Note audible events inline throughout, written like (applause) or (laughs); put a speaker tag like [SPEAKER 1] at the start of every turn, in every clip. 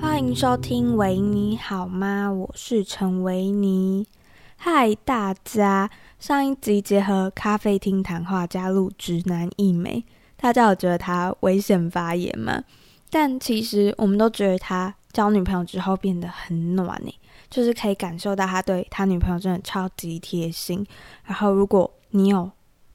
[SPEAKER 1] 欢迎收听维尼好吗？我是陈维尼。嗨，大家！上一集结合咖啡厅谈话加入直男一枚，大家有觉得他危险发言吗？但其实我们都觉得他交女朋友之后变得很暖呢，就是可以感受到他对他女朋友真的超级贴心。然后，如果你有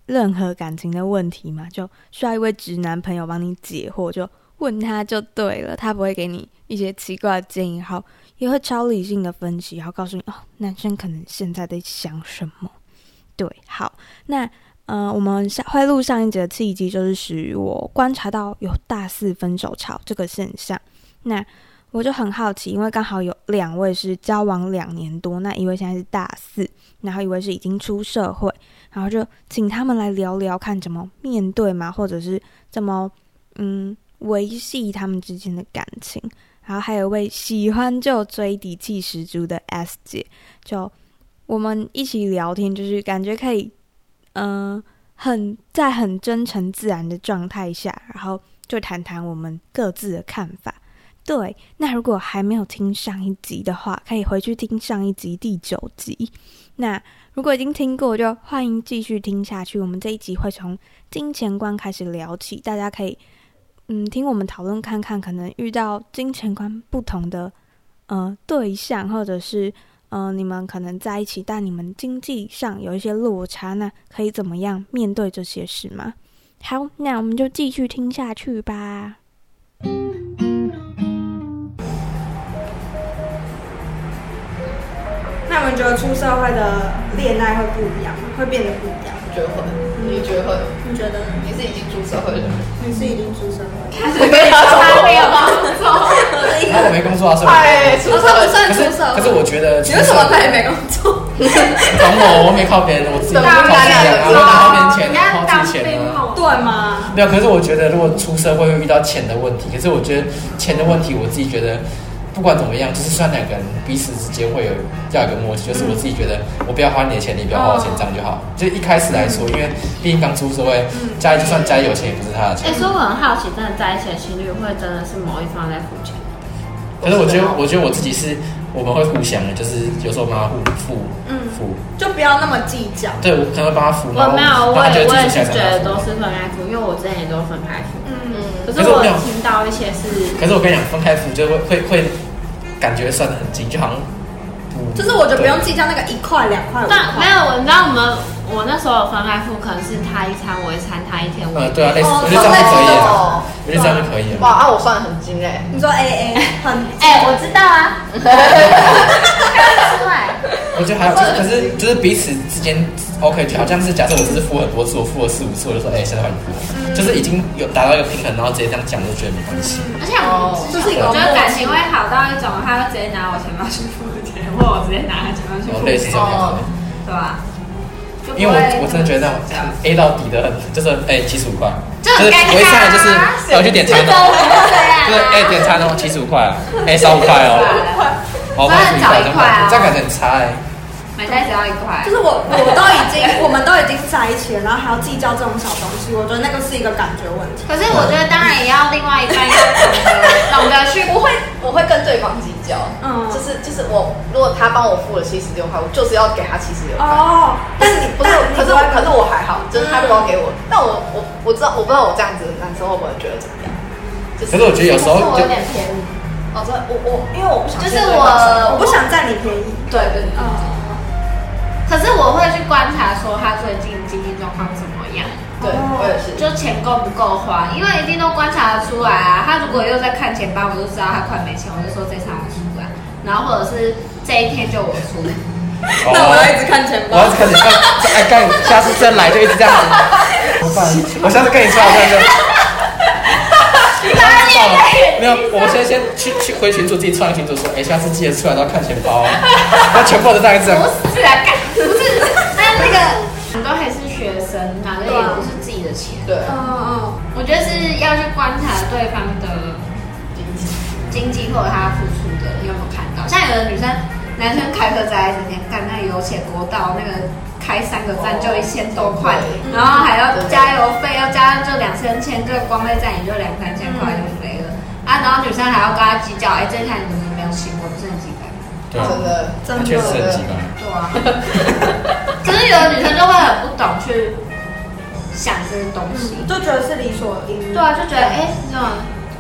[SPEAKER 1] 任何感情的问题嘛，就需要一位直男朋友帮你解惑，就问他就对了，他不会给你一些奇怪的建议，然后也会超理性的分析，然后告诉你哦，男生可能现在在想什么。对，好，那呃，我们下会录上一节的契机，就是使我观察到有大四分手潮这个现象。那我就很好奇，因为刚好有两位是交往两年多，那一位现在是大四，然后一位是已经出社会，然后就请他们来聊聊看怎么面对嘛，或者是怎么嗯维系他们之间的感情。然后还有一位喜欢就追底气十足的 S 姐，就我们一起聊天，就是感觉可以，嗯、很在很真诚自然的状态下，然后就谈谈我们各自的看法。对，那如果还没有听上一集的话，可以回去听上一集第九集。那如果已经听过，就欢迎继续听下去。我们这一集会从金钱观开始聊起，大家可以嗯听我们讨论看看，可能遇到金钱观不同的呃对象，或者是嗯、呃你们可能在一起，但你们经济上有一些落差，那可以怎么样面对这些事吗？好，那我们就继续听下去吧。
[SPEAKER 2] 那我们觉得出社会的恋爱会不一样，会变得不一样。
[SPEAKER 3] 觉得会？你觉得会？
[SPEAKER 2] 你觉得呢？
[SPEAKER 3] 你是已经出社会了，
[SPEAKER 2] 你是已经出社会，
[SPEAKER 3] 他没有哎吧？
[SPEAKER 4] 然后我没工作啊，是吧？
[SPEAKER 5] 哎
[SPEAKER 3] 对，出社会
[SPEAKER 4] 可是可是我觉得，你
[SPEAKER 5] 为什么他也没工
[SPEAKER 4] (laughs)
[SPEAKER 5] 作？
[SPEAKER 4] 懂我？我没靠别人，
[SPEAKER 5] (laughs)
[SPEAKER 4] 我自己靠自己
[SPEAKER 3] 当然
[SPEAKER 4] 啊，
[SPEAKER 3] 了
[SPEAKER 4] 我没靠别人
[SPEAKER 3] 哦
[SPEAKER 2] 人
[SPEAKER 4] 钱，
[SPEAKER 2] 家
[SPEAKER 4] 我靠
[SPEAKER 2] 当
[SPEAKER 4] 自己
[SPEAKER 2] 兵
[SPEAKER 4] 钱
[SPEAKER 5] 哦
[SPEAKER 4] 啊。
[SPEAKER 2] 对吗？
[SPEAKER 4] 没有，可是我觉得如果出社会会遇到钱的问题，可是我觉得钱的问题，我自己觉得不管怎么样，就是算两个人彼此之间会有要有一个默契，就是我自己觉得哦我不要花你的钱，你不要花我钱，这样就好。
[SPEAKER 5] 嗯
[SPEAKER 4] 就一开始来说，因为毕竟刚出社会，家里就算家里有钱也不是他的钱
[SPEAKER 5] 哎、。所以我很好奇，真的在一起的情侣会真的是某一方在付钱？
[SPEAKER 4] 可是我觉得，我觉得我自己是我们会互相的，就是有时候妈妈互付
[SPEAKER 3] 嗯
[SPEAKER 4] 付，
[SPEAKER 2] 就不要那么计较。
[SPEAKER 4] 对我可能会帮他付，
[SPEAKER 5] 嗯我没有，我
[SPEAKER 4] 然后他就
[SPEAKER 5] 也
[SPEAKER 4] 会
[SPEAKER 5] 我
[SPEAKER 4] 自
[SPEAKER 5] 也
[SPEAKER 4] 己下来
[SPEAKER 5] 是觉
[SPEAKER 4] 帮他付
[SPEAKER 5] 得都是分开付，因为我之前也都分开付。
[SPEAKER 2] 嗯，
[SPEAKER 5] 可
[SPEAKER 4] 可是
[SPEAKER 5] 是
[SPEAKER 4] 我
[SPEAKER 5] 我
[SPEAKER 4] 没有
[SPEAKER 5] 听到一些是，
[SPEAKER 4] 可是我跟你讲，分开付就会会会感觉算得很精，就好像不
[SPEAKER 2] 就是我就不用
[SPEAKER 4] 对
[SPEAKER 2] 计较那个一块两块五
[SPEAKER 5] 但
[SPEAKER 2] 块。
[SPEAKER 5] 没有，我你知道我们我那时候分开付，可能是他一餐我一餐，他一天我
[SPEAKER 4] 呃
[SPEAKER 5] 一天。
[SPEAKER 4] 对啊，类似
[SPEAKER 2] 哦
[SPEAKER 4] 我觉得这样就可以了，
[SPEAKER 3] 哦，
[SPEAKER 4] 我觉得这样就可以
[SPEAKER 3] 哇
[SPEAKER 4] 了。
[SPEAKER 3] 啊，我算的很精哎，
[SPEAKER 2] 你说 A A
[SPEAKER 3] (laughs)
[SPEAKER 2] 很
[SPEAKER 5] 哎、我知道啊， (laughs) 对，
[SPEAKER 4] 我觉得还有就是，可是就是彼此之间 OK，就好像是假设我只是付很多次，我付了四五次，我就说哎，现在换你付，就是已经有达到一个平衡，然后直接这样讲，我就觉得没关系。
[SPEAKER 5] 而且我
[SPEAKER 3] 哦
[SPEAKER 2] 这是一个
[SPEAKER 5] 我觉得
[SPEAKER 2] 默契
[SPEAKER 5] 感情会好到一种，他会直接拿我钱包去付钱，或我直接拿他钱包去
[SPEAKER 4] 然
[SPEAKER 5] 付
[SPEAKER 4] 后类似
[SPEAKER 5] 钱
[SPEAKER 4] 这，样
[SPEAKER 3] 哦
[SPEAKER 4] 子，
[SPEAKER 5] 对吧？就不会
[SPEAKER 4] 因为我我真的觉得那种
[SPEAKER 5] 这样子
[SPEAKER 4] A 到底的很，就是哎七十五块，
[SPEAKER 5] 就
[SPEAKER 4] 就是
[SPEAKER 5] 很尴尬啊
[SPEAKER 4] 我一上来就是哎我去点餐
[SPEAKER 5] 对
[SPEAKER 4] 哦，
[SPEAKER 5] 啊
[SPEAKER 4] 就是哎点餐哦七十五块啊，哎少五块哦。哦，
[SPEAKER 5] 反正
[SPEAKER 4] 一
[SPEAKER 5] 找一块啊
[SPEAKER 4] 这样感觉很差哎、
[SPEAKER 5] 每袋只要一块
[SPEAKER 2] 就，是我我都已经 (laughs) 我们都已经在一起了，然后还要计较这种小东西，我觉得那个是一个感觉问题。
[SPEAKER 5] 可是我觉得当然也要另外一半要懂得懂得去，
[SPEAKER 3] 我会我会跟对方计较，
[SPEAKER 2] 嗯
[SPEAKER 3] 就是就是我如果他帮我付了七十六块，我就是要给他七十六块。
[SPEAKER 2] 哦，但你
[SPEAKER 3] 不是
[SPEAKER 2] 但，
[SPEAKER 3] 可
[SPEAKER 2] 你
[SPEAKER 3] 是
[SPEAKER 2] 不会
[SPEAKER 3] 我可是我还好，就是他如果给我，
[SPEAKER 6] 嗯
[SPEAKER 3] 但我我我知道我不知道我这样子男生会不会觉得怎么样？就
[SPEAKER 4] 可是我觉得有时候就
[SPEAKER 3] 便宜。哦，真的，我我因为我不想
[SPEAKER 5] 就
[SPEAKER 3] 欠
[SPEAKER 5] 是
[SPEAKER 3] 对方哦什么
[SPEAKER 2] 我不想占你便宜。
[SPEAKER 3] 对对
[SPEAKER 6] 嗯
[SPEAKER 3] 对，
[SPEAKER 5] 可是我会去观察说他最近经济状况怎么样，
[SPEAKER 3] 对
[SPEAKER 2] 哦
[SPEAKER 3] 我也是。
[SPEAKER 5] 就钱够不够花，因为一定都观察得出来啊。他如果又在看钱包，我就知道他快没钱，我就说这场我出啊，然后或者是这一天就我出，
[SPEAKER 4] 哦
[SPEAKER 2] 那我要一直看钱包
[SPEAKER 4] 我要。开始干，哎干，下次再来就一直这样子。怎么办？我下次跟你说，我下次。算了，没有，我先先去去回群主自己创一个群主说，哎、下次记得出来都要看钱包、哦。那全部都大概这样
[SPEAKER 5] 不。是啊，干不是，但那个我们都还是学生，反正也不是自己的钱，
[SPEAKER 3] 对，
[SPEAKER 2] 嗯嗯，
[SPEAKER 5] 我觉得是要去观察对方的
[SPEAKER 3] 经济
[SPEAKER 5] 经济或者他付出的，你有没有看到？像有的女生，男生开车在整天干那油钱国道那个开三个站就一千多块，
[SPEAKER 3] 哦
[SPEAKER 5] 然后还要加油费，要加上就两三千，个光那站也就两三千块就没了、啊！然后女生还要跟他计较，哎，这一下你怎么没有请我，这几百？
[SPEAKER 4] 对，啊
[SPEAKER 3] 真的，
[SPEAKER 2] 真的
[SPEAKER 4] 确实很鸡巴。
[SPEAKER 5] 对啊， (laughs) 可是有的女生就会很不懂去想这些东西。
[SPEAKER 3] 嗯
[SPEAKER 2] 就觉得是理所应
[SPEAKER 5] 对啊，就觉得哎，这种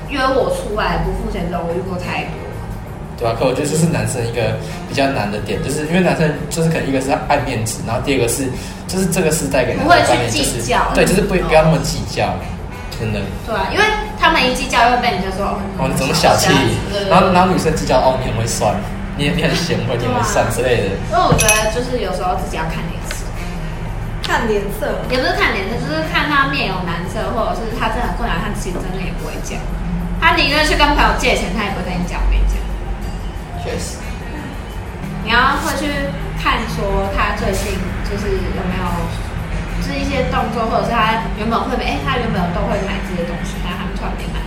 [SPEAKER 5] 约我出来不付钱的，我遇过太多。
[SPEAKER 4] 对啊，可我觉得这是男生一个比较难的点，就是因为男生就是可能一个是爱面子，然后第二个是就是这个时代给男生的观念就
[SPEAKER 5] 不会去
[SPEAKER 4] 是
[SPEAKER 5] 计较
[SPEAKER 4] 对，就是不不要那么计较，真的。
[SPEAKER 5] 对啊，因为他们一计较又被人家说
[SPEAKER 4] 哦，你怎么小气
[SPEAKER 3] 对？对
[SPEAKER 4] 然后然后女生计较哦，你很会算，你你很贤惠，你很会算之类的。
[SPEAKER 5] 因为我觉得就是有时候自己要看脸色，
[SPEAKER 2] 看脸色，
[SPEAKER 5] 也不是看脸色，就是看他面有难色，或者是他真的很困难，他其实真的也不会讲。他宁愿去跟朋友借钱，他也不会跟你讲没讲。
[SPEAKER 3] 确实，
[SPEAKER 5] 你要会去看说他最近就是有没有，就是一些动作，或者是他原本会哎、他原本都会买这些东西，但他们突然没买，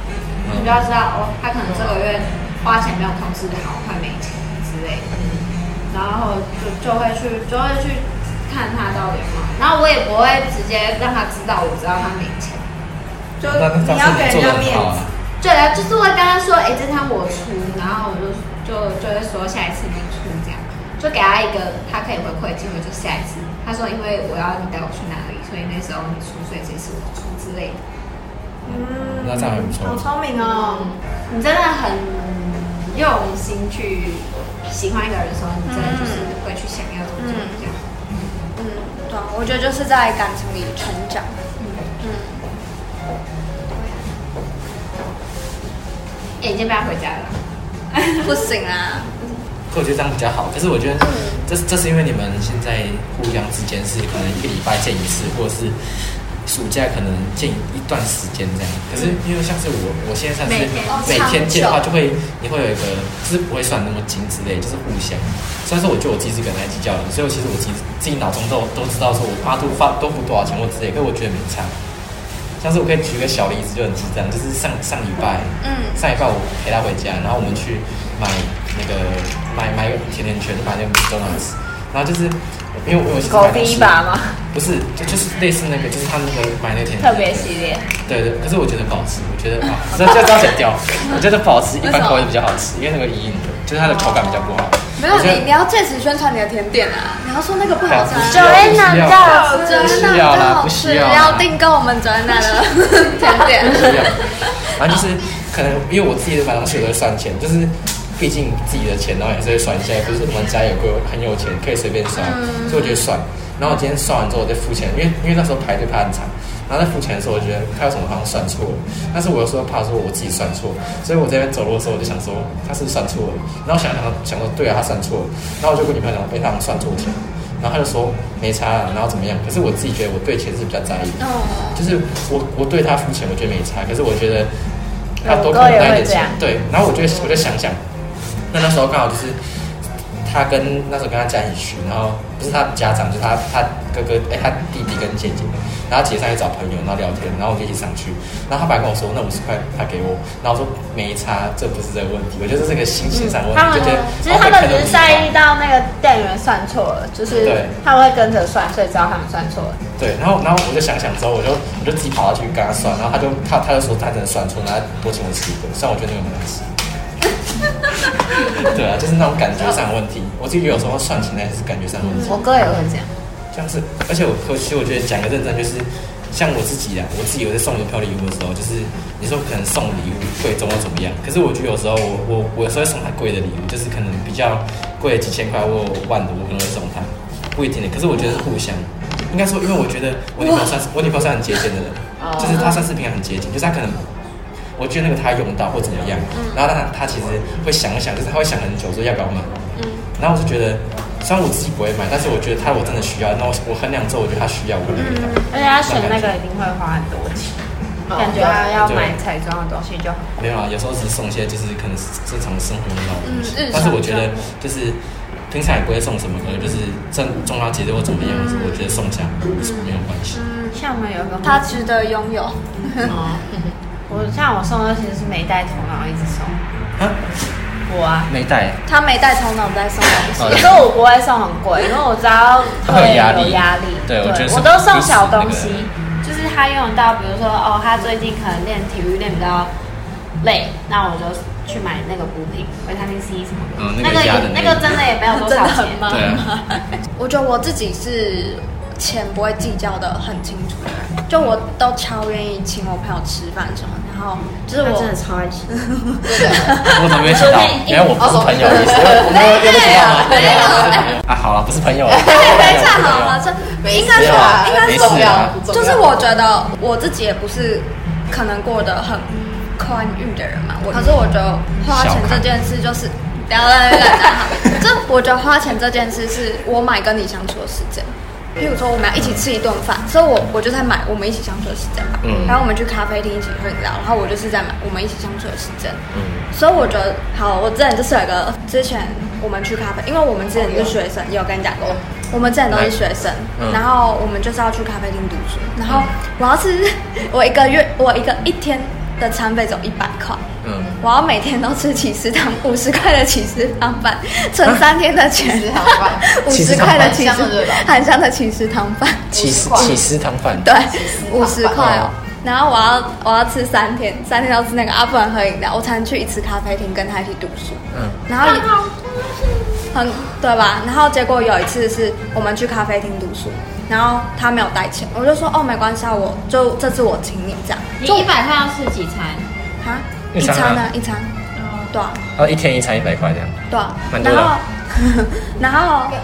[SPEAKER 5] 你就要知道哦，他可能这个月花钱没有控制好，快没钱之类的，然后就就会去就会去看他到底有没有，然后我也不会直接让他知道我知道他没钱。
[SPEAKER 2] 就
[SPEAKER 4] 那
[SPEAKER 2] 你
[SPEAKER 4] 那上
[SPEAKER 2] 要
[SPEAKER 4] 次
[SPEAKER 2] 给人家
[SPEAKER 4] 你做的很
[SPEAKER 2] 面
[SPEAKER 4] 好啊
[SPEAKER 2] 子，，
[SPEAKER 5] 对啊，就是会跟他说，哎、这趟我出，然后我就就就会说下一次你出这样，就给他一个他可以回馈的机会，就下一次。他说，因为我要你带我去哪里，所以那时候你出，所以这次我出之类的。
[SPEAKER 2] 嗯
[SPEAKER 4] 那这样还不错
[SPEAKER 2] 好聪明哦。
[SPEAKER 5] 你真的很用心去喜欢一个人的时候，你真的就是会去想要怎么做这样。
[SPEAKER 2] 嗯，对啊，我觉得就是在感情里成长。
[SPEAKER 5] 嗯哎、你今天不要回家了。
[SPEAKER 2] 不行啊，
[SPEAKER 4] 可我觉得这样比较好。可是我觉得这是这是因为你们现在互相之间是可能一个礼拜见一次，或者是暑假可能见一段时间这样。可是因为像是我，我现在算是
[SPEAKER 5] 每天哦
[SPEAKER 4] 每天见的话，
[SPEAKER 3] 长久
[SPEAKER 4] 就会你会有一个就是不会算那么精之类，就是互相。虽然说我觉得我自己是个很爱计较的人，所以我其实我自己自己脑中都都知道说我花多花多付多少钱或之类，可是我觉得没差。像是我可以举一个小例子，就很智障，就是上上礼拜，嗯，上礼拜我陪他回家，然后我们去买那个买买甜甜圈，买那个 McDonald's，然后就是因为我我是买东西
[SPEAKER 3] 吗？
[SPEAKER 4] 不是，就就是类似那个，就是他那个买那个甜甜圈
[SPEAKER 3] 特别系列，
[SPEAKER 4] 对对，可是我觉得不好吃，我觉得
[SPEAKER 3] (laughs)
[SPEAKER 4] 啊，这这这要剪掉，我觉得不好吃，一般口味比较好吃，因为那个硬的，就是它的口感比较不好。
[SPEAKER 3] 没有
[SPEAKER 4] 我觉得
[SPEAKER 3] 你，你要借此宣传你的甜点啊！你要说那个不好吃啊，
[SPEAKER 4] 不需要不需要
[SPEAKER 3] 不
[SPEAKER 4] 不需要啦，不需要啦，
[SPEAKER 3] 要订购我们昨天娜的 (laughs) 甜
[SPEAKER 4] 不一样
[SPEAKER 3] 点。
[SPEAKER 4] 反正就是可能因为我自己的买东西我都会算钱，就是毕竟自己的钱，然后也是会算一下，也不是说我们家有个很有钱可以随便算，所以我就算。然后我今天算完之后我再付钱，因为因为那时候排队排很长，然后在付钱的时候我觉得他有什么好像算错了，但是我又说怕说我自己算错，所以我这边走路的时候我就想说他是不是算错了，然后想想想说对啊他算错了，然后我就跟女朋友讲哎被他们算错钱，然后他就说没差啊，然后怎么样，可是我自己觉得我对钱是比较在意的，就是我我对他付钱，我觉得没差，可是我觉得他多给我带
[SPEAKER 6] 嗯
[SPEAKER 4] 一点钱，对，然后我就我就想想，那那时候刚好就是他跟那时候跟他家一起去，然后不是他家长，就是他他哥哥哎、他弟弟跟姐姐，然后姐上去找朋友，然后聊天，然后我就一起上去，然后他本来跟我说那五十块他给我，然后我说没差，这不是这个问题，我觉得这是个心情上的问题，
[SPEAKER 6] 他
[SPEAKER 4] 就
[SPEAKER 6] 们
[SPEAKER 4] 觉得
[SPEAKER 6] 其实他们只是在意到那个店员算错了，就是
[SPEAKER 4] 对
[SPEAKER 6] 他们会跟着算，所以知道他们算错了。
[SPEAKER 4] 对，然后然后我就想想之后，我就我就自己跑下去跟他算，然后他就他他就说他真的算错，然后他多请我吃一顿，虽然我觉得那个很难吃。 (laughs) 对啊，就是那种感觉上的问题。我自己有时候算起来也是感觉上的问题，
[SPEAKER 6] 我哥也会这样，
[SPEAKER 4] 像是而且我可其实我觉得讲个认真就是。像我自己啊，我自己有在送女朋友礼物的时候，就是你说可能送礼物贵重或怎么样，可是我觉得有时候我我我有时候会送她贵的礼物，就是可能比较贵的几千块或万的，我可能会送她，不一定的。可是我觉得是互相，应该说，因为我觉得我女朋友算是我女朋友算很节俭的人，就是她算是平常很节俭，就是她可能我觉得那个她用到或怎么样，然后她她其实会想一想，就是她会想很久说要不要买，然后我就觉得，虽然我自己不会买，但是我觉得他我真的需要。那我我衡量之后，我觉得他需要，我就给他。
[SPEAKER 6] 而且他选那个一定会花很多钱，
[SPEAKER 4] 哦
[SPEAKER 6] 感
[SPEAKER 3] 啊
[SPEAKER 6] 觉啊他要买彩妆的东西就很
[SPEAKER 4] 没有啊，有时候只是送一些就是可能是正常生活用到的东西，
[SPEAKER 3] 嗯日常
[SPEAKER 4] 但是我觉得就是平常也不会送什么，可能就是正重要节日或怎么样子，我觉得送一下没有关系。
[SPEAKER 6] 像我们有一个
[SPEAKER 2] 他值得拥有。
[SPEAKER 6] 哦，
[SPEAKER 2] 我像我送东西是没带头脑一直送，
[SPEAKER 4] 啊，
[SPEAKER 2] 我啊，
[SPEAKER 4] 没带，
[SPEAKER 2] 他没带头脑在送
[SPEAKER 4] 哦
[SPEAKER 2] 东西，所以我不会送很贵，因为我知道会有压力。
[SPEAKER 4] 对我觉得是
[SPEAKER 2] 我都送小东西，就是他用到，比如说哦，他最近可能练体育练比较累，那我就去买那个补品，维他命 C 什么的。
[SPEAKER 4] 嗯那
[SPEAKER 2] 那
[SPEAKER 4] 个
[SPEAKER 2] 也
[SPEAKER 4] 压的
[SPEAKER 2] 那
[SPEAKER 4] 那个
[SPEAKER 2] 个真的也没有多
[SPEAKER 6] (laughs) 真
[SPEAKER 2] 少
[SPEAKER 6] 的很
[SPEAKER 2] 钱。
[SPEAKER 6] 忙
[SPEAKER 4] 对啊，
[SPEAKER 6] 我觉得我自己是钱不会计较的很清楚的人，就我都超愿意请我朋友吃饭什么，然后就是
[SPEAKER 2] 他
[SPEAKER 6] 我 (laughs)
[SPEAKER 2] 真的超爱吃，
[SPEAKER 4] 我怎么没想到？原来我不是朋友的意思，
[SPEAKER 6] 哦
[SPEAKER 4] 我没有没有吗？ (laughs) 啊，好了，不是朋友了，
[SPEAKER 6] 没差好
[SPEAKER 2] 啊
[SPEAKER 6] 了，这
[SPEAKER 3] 没
[SPEAKER 6] 应该
[SPEAKER 3] 事
[SPEAKER 6] 说
[SPEAKER 3] 啊
[SPEAKER 6] 应该
[SPEAKER 4] 没
[SPEAKER 6] 是
[SPEAKER 4] 事啊
[SPEAKER 3] 重要，不重要
[SPEAKER 6] 就是我觉得我自己也不是可能过得很宽裕的人嘛，
[SPEAKER 5] 嗯
[SPEAKER 6] 我可是我觉得花钱这件事就是。不要乱乱讲，这我觉得花钱这件事是我买跟你相处的时间。譬如说我们要一起吃一顿饭，所以我我就在买我们一起相处的时间嘛。
[SPEAKER 4] 嗯
[SPEAKER 6] 然后我们去咖啡厅一起喝饮料，然后我就是在买我们一起相处的时间。
[SPEAKER 4] 嗯，
[SPEAKER 6] 所以我觉得，好，我之前就是有一个，之前我们去咖啡，因为我们之前是学生，也有跟你讲
[SPEAKER 1] 嗯
[SPEAKER 6] 过，我们之前都是学生，
[SPEAKER 4] 嗯
[SPEAKER 6] 然后我们就是要去咖啡厅读书，然后我要是 (laughs) 我一个月，我一个一天的餐费只有一百块。
[SPEAKER 4] 嗯，
[SPEAKER 6] 我要每天都吃起司汤，五
[SPEAKER 1] (laughs)
[SPEAKER 6] 十块的起司汤饭，存三天的钱
[SPEAKER 3] 起司汤饭，
[SPEAKER 6] 五
[SPEAKER 4] 起司
[SPEAKER 6] 十
[SPEAKER 4] 汤
[SPEAKER 6] 块
[SPEAKER 4] 饭
[SPEAKER 6] 的起
[SPEAKER 3] 香
[SPEAKER 6] 司
[SPEAKER 3] 的对吧，
[SPEAKER 6] 韩香的起司汤饭，
[SPEAKER 4] 起司起司汤饭，
[SPEAKER 6] 嗯对，五
[SPEAKER 3] 起司
[SPEAKER 6] 十
[SPEAKER 3] 汤饭
[SPEAKER 6] 块哦
[SPEAKER 4] 哦。
[SPEAKER 6] 然后我要我要吃三天，三天都吃那个阿不然喝饮料，我才能去一次咖啡厅跟他一起读书。
[SPEAKER 4] 嗯，
[SPEAKER 6] 然后也很对吧？然后结果有一次是我们去咖啡厅读书，然后他没有带钱，我就说哦没关系啊，我就这次我请你这样。
[SPEAKER 5] 你一百块要吃几餐？
[SPEAKER 6] 啊，
[SPEAKER 4] 一
[SPEAKER 6] 一
[SPEAKER 4] 餐啊
[SPEAKER 6] 餐呢？一餐，对啊
[SPEAKER 4] 然后一天一餐一百块这样，
[SPEAKER 6] 对啊
[SPEAKER 4] 蛮，多
[SPEAKER 6] 然
[SPEAKER 4] 的
[SPEAKER 6] 后然后 (laughs)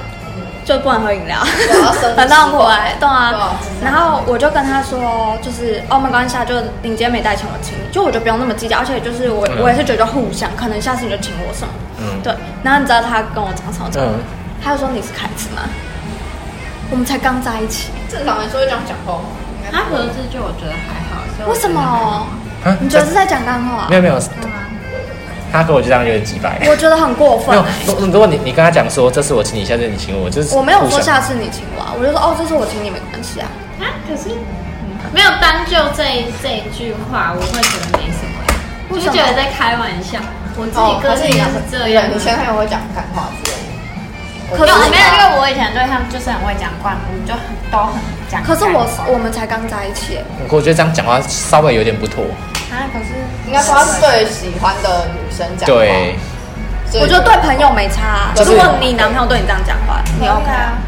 [SPEAKER 6] 就不能喝饮料
[SPEAKER 3] 要生气，
[SPEAKER 6] 很痛苦哎，对啊
[SPEAKER 3] 对啊。
[SPEAKER 6] 然后我就跟他说，就是哦没关系啊，就你今天没带钱我请你，就我就不用那么计较，而且就是我
[SPEAKER 4] 嗯
[SPEAKER 6] 我也是觉得互相，可能下次你就请我什么，
[SPEAKER 4] 嗯
[SPEAKER 6] 对。然后你知道他跟我讲什么？
[SPEAKER 4] 嗯，
[SPEAKER 6] 他就说你是凯子吗？我们才刚在一起，
[SPEAKER 3] 正常来说会这样讲话吗，
[SPEAKER 5] 他合资啊就我觉得还好，所以我
[SPEAKER 6] 为什么？
[SPEAKER 4] 啊
[SPEAKER 6] 你觉得是嗯在讲干话
[SPEAKER 4] 没？有没有，他跟我就这样有点几百。
[SPEAKER 6] 我觉得很过
[SPEAKER 4] 没
[SPEAKER 6] 分、
[SPEAKER 4] 有
[SPEAKER 6] 欸。，
[SPEAKER 4] 如如果你你跟他讲说这次我请你，下次你请我，就是
[SPEAKER 6] 我没有
[SPEAKER 4] 互
[SPEAKER 6] 说
[SPEAKER 4] 相
[SPEAKER 6] 下次你请我、啊，我就说哦，这次我请你没关系啊。
[SPEAKER 5] 啊，可是嗯没有单就这这一句话，我会觉得没什么欸，我
[SPEAKER 6] 为
[SPEAKER 5] 就
[SPEAKER 6] 什么
[SPEAKER 5] 觉得在开玩笑。我自
[SPEAKER 3] 哦
[SPEAKER 5] 己个
[SPEAKER 3] 还
[SPEAKER 5] 性
[SPEAKER 3] 是你
[SPEAKER 5] 就
[SPEAKER 3] 讲
[SPEAKER 5] 是这样啊，
[SPEAKER 3] 你前男友会讲干话之类的，
[SPEAKER 6] 可
[SPEAKER 5] 没
[SPEAKER 6] 是
[SPEAKER 5] 有啊
[SPEAKER 6] 你
[SPEAKER 5] 没有，因为我以前对象就是很会讲灌骨，就很都很讲干话。
[SPEAKER 6] 可是我我们才刚在一起、欸，
[SPEAKER 4] 我觉得这样讲话稍微有点不妥。
[SPEAKER 6] 啊，可是
[SPEAKER 3] 应该说他是对喜欢的女生讲话，
[SPEAKER 4] 对，
[SPEAKER 3] 所以
[SPEAKER 6] 我觉得对朋友没差、啊。
[SPEAKER 4] 就是
[SPEAKER 6] 如果你男朋友对你这样讲话，你 OK 啊？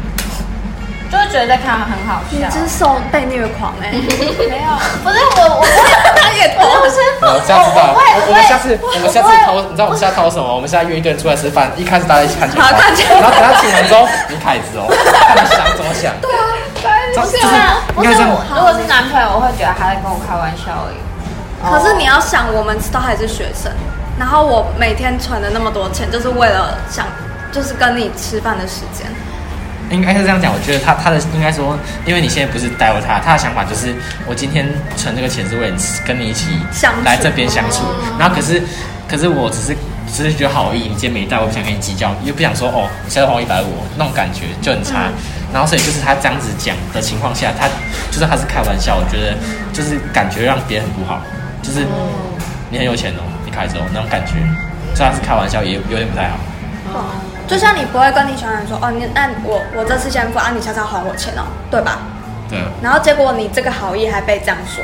[SPEAKER 2] 就会觉得看很好
[SPEAKER 6] 你
[SPEAKER 2] 笑。
[SPEAKER 6] 真受被虐狂哎、
[SPEAKER 2] 没有，不是我，我我也不是
[SPEAKER 4] 我下次
[SPEAKER 2] 我
[SPEAKER 4] 吧，哦我我
[SPEAKER 2] 我
[SPEAKER 4] 们
[SPEAKER 2] 也
[SPEAKER 4] 下次我们下次掏，你知道我们下次掏什么？我们现在约一堆人出来吃饭，一开始大家一起看球，
[SPEAKER 6] 好看球
[SPEAKER 4] 然后等他请完之后，你凯子哦，看你想怎么想。对啊，不是
[SPEAKER 2] 不是
[SPEAKER 4] 应该这样
[SPEAKER 2] 我，如果是男朋友，我会觉得他在跟我开玩笑而已。
[SPEAKER 6] 可是你要想，我们都还是学生，然后我每天存的那么多钱，就是为了想，就是跟你吃饭的时间。
[SPEAKER 4] 应该是这样讲，我觉得他他的应该说，因为你现在不是带过他，他的想法就是我今天存这个钱是为了跟你一起
[SPEAKER 6] 相处
[SPEAKER 4] 来这边相处，然后可是可是我只是只是觉得好意，你今天没带，我不想跟你计较，又不想说哦，你下次还我一百五，那种感觉就很差。然后所以就是他这样子讲的情况下，他就算他是开玩笑，我觉得就是感觉让别人很不好，就是你很有钱哦，你开着哦那种感觉，虽然是开玩笑，也有点不太好。
[SPEAKER 6] 就像你不会跟你喜欢的人说，哦，你那我我这次先付啊，你下次要还我钱哦，对吧？
[SPEAKER 4] 对，
[SPEAKER 6] 然后结果你这个好意还被这样说，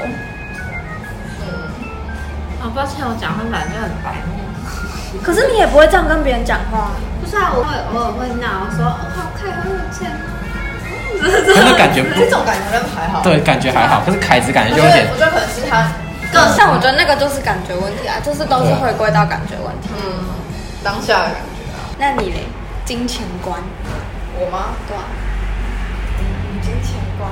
[SPEAKER 5] 哦，抱歉，我讲话本来就很白目。
[SPEAKER 6] 可是你也不会这样跟别人讲话啊，
[SPEAKER 5] 不是啊，我会偶尔会闹，说哦，好看，好有钱。
[SPEAKER 4] 他那感觉不
[SPEAKER 3] 这种感觉真的还好，
[SPEAKER 4] 对，感觉还好，可是凯子感
[SPEAKER 3] 我
[SPEAKER 4] 觉就
[SPEAKER 3] 觉
[SPEAKER 4] 有
[SPEAKER 3] 得
[SPEAKER 4] 点
[SPEAKER 3] 我。觉得可能是他
[SPEAKER 6] 更像我觉得那个就是感觉问题啊，就是都是回归到感觉问题。
[SPEAKER 3] 嗯当下的感觉啊，
[SPEAKER 6] 那你嘞，金钱观
[SPEAKER 3] 我吗？
[SPEAKER 6] 对
[SPEAKER 5] 啊
[SPEAKER 6] 吧？
[SPEAKER 3] 嗯，金钱观，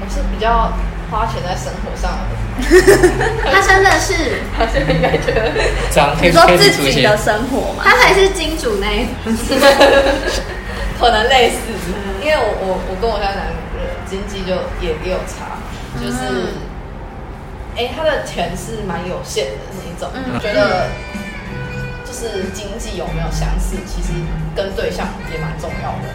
[SPEAKER 3] 我是比较花钱在生活上的人。
[SPEAKER 5] 他真的是，
[SPEAKER 3] 他是应该觉得，
[SPEAKER 4] 这样可
[SPEAKER 6] 你
[SPEAKER 4] 以
[SPEAKER 6] 说
[SPEAKER 4] 可以
[SPEAKER 6] 自
[SPEAKER 4] 指出一
[SPEAKER 6] 己
[SPEAKER 4] 些
[SPEAKER 6] 的生活嘛，
[SPEAKER 5] 他才是金主那一种。
[SPEAKER 3] 可能类似，因为我我我跟我家男友的经济就也也有差，就是，哎、他的钱是蛮有限的那一种，
[SPEAKER 6] 嗯
[SPEAKER 3] 我觉得就是经济有没有相似，其实跟对象也蛮重要的，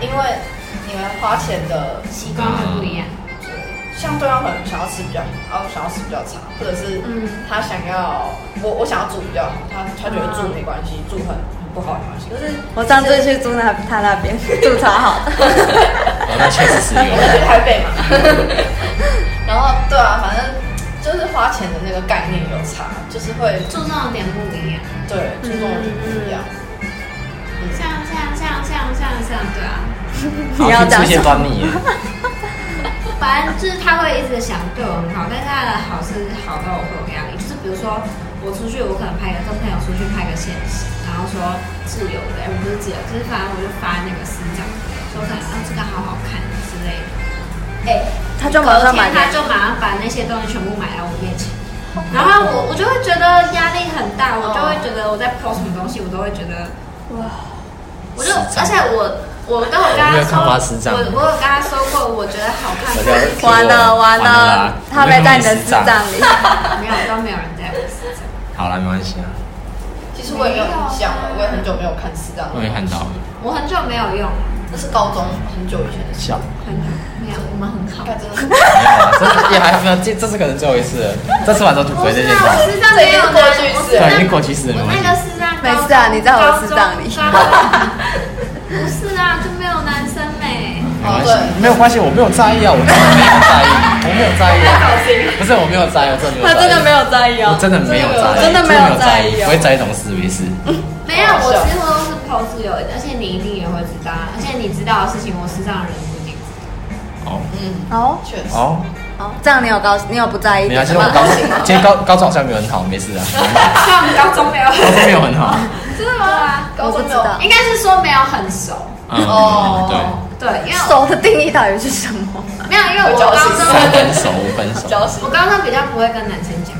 [SPEAKER 3] 因为你们花钱的
[SPEAKER 5] 习惯会不一样，
[SPEAKER 3] 对像对方可能想要吃比较好，然后想要吃比较差，或者是他想要我我想要住比较好，他他觉得住没关系，住很很不好没关系，就是
[SPEAKER 1] 我上次去住那他那边住超好
[SPEAKER 6] (laughs)
[SPEAKER 1] 的，
[SPEAKER 4] 哦，那确实
[SPEAKER 3] (laughs)
[SPEAKER 4] 是有
[SPEAKER 3] 我。在去台北嘛，然后对啊，反正就是花钱的那个概念有差，就是会
[SPEAKER 5] 注重的点不一样，
[SPEAKER 3] 对注重的点不一样。
[SPEAKER 5] 像像像像像像，对啊，
[SPEAKER 1] 你要
[SPEAKER 4] 好像
[SPEAKER 1] 讲
[SPEAKER 4] 出现端倪耶，
[SPEAKER 5] 反正就是他会一直想对我很好，但是他的好是好到我会有压力。就是比如说我出去，我可能拍个跟朋友出去拍个现实，然后说自由的，哎我不是自由，就是反正我就发那个私照，说可能啊这个好好看之类的。哎、
[SPEAKER 1] 他就马上买
[SPEAKER 5] 隔天他就马上把那些东西全部买到我面前。然后我我就会觉得压力很大，我就会觉得我在抛什么东西，我都会觉得哇，我就而且我我跟我跟
[SPEAKER 4] 我没
[SPEAKER 5] 他
[SPEAKER 4] 有看花师
[SPEAKER 5] 说，
[SPEAKER 4] 长
[SPEAKER 5] 我我有跟他说过，我觉得好看，
[SPEAKER 4] 大家都听我
[SPEAKER 1] 完了完
[SPEAKER 4] 完
[SPEAKER 1] 了
[SPEAKER 4] 啦，
[SPEAKER 1] 他没在你的智障里。
[SPEAKER 5] 没有都没有人在我身上。
[SPEAKER 4] 好了，没关系啊，
[SPEAKER 3] 其实我也没有印象了，我也很久没有看四张
[SPEAKER 4] 我
[SPEAKER 3] 了
[SPEAKER 4] 也，看到了，
[SPEAKER 5] 我很久没有用，
[SPEAKER 3] 那是高中很久以前的事，
[SPEAKER 4] 笑。
[SPEAKER 5] 很久没有，我们很好。
[SPEAKER 3] 看真的是。
[SPEAKER 4] 没有啊，这也还没有，这这次可能最后一次了，这次晚上就不
[SPEAKER 5] 不
[SPEAKER 4] 会
[SPEAKER 5] 是
[SPEAKER 4] 再见
[SPEAKER 5] 啊，
[SPEAKER 4] 到
[SPEAKER 5] 我
[SPEAKER 4] 了。
[SPEAKER 5] 是这样没有
[SPEAKER 3] 这已经过去式
[SPEAKER 4] 对，已经过去式了，没
[SPEAKER 5] 我
[SPEAKER 4] 关
[SPEAKER 5] 那
[SPEAKER 4] 系
[SPEAKER 5] 个是让
[SPEAKER 1] 没事啊你在我的私帐里
[SPEAKER 5] 不是啊，就没有男生欸美。
[SPEAKER 4] 没关系，没有关系，我没有在意啊，我真的没有在意，我没有在意啊，不是我没有在意，我真的没有在意，
[SPEAKER 1] 他真的没有在意 (laughs)
[SPEAKER 4] 我
[SPEAKER 1] 哦，真
[SPEAKER 4] 真的没有在意，
[SPEAKER 1] 的没有在意
[SPEAKER 4] 真的没有在意
[SPEAKER 1] 哦
[SPEAKER 4] 不会在意这种事，没事。
[SPEAKER 5] 没有，我几乎都是抛自由的，而且你一定也会知道，而且你知道的事情，我私上人不一定知道。
[SPEAKER 4] 哦
[SPEAKER 3] 嗯，
[SPEAKER 1] 哦
[SPEAKER 3] 确实。
[SPEAKER 4] 哦，
[SPEAKER 1] 哦，这样你有高，你有不在意
[SPEAKER 4] 没关系，我
[SPEAKER 1] 吗？
[SPEAKER 4] 高中，今天高高中好像没有很好，
[SPEAKER 1] (laughs)
[SPEAKER 4] 没事啊， (laughs)
[SPEAKER 5] 虽然我们高中没有，
[SPEAKER 4] 高中没有很好。
[SPEAKER 5] 真的
[SPEAKER 6] 啊
[SPEAKER 5] 吗？
[SPEAKER 3] 高中
[SPEAKER 1] 我
[SPEAKER 3] 没
[SPEAKER 1] 不知道
[SPEAKER 3] 有，
[SPEAKER 5] 应该是说没有很熟，
[SPEAKER 4] 嗯
[SPEAKER 3] 哦，
[SPEAKER 4] 对，
[SPEAKER 5] 对，因为我
[SPEAKER 1] 手的定义到底是什么？
[SPEAKER 5] 没有，因为我
[SPEAKER 3] 交
[SPEAKER 5] 高
[SPEAKER 3] 心
[SPEAKER 4] 三
[SPEAKER 5] 中
[SPEAKER 4] 分熟，五分
[SPEAKER 1] (laughs)
[SPEAKER 4] 熟，
[SPEAKER 3] 交心
[SPEAKER 5] 我，高中比较不会跟男生讲。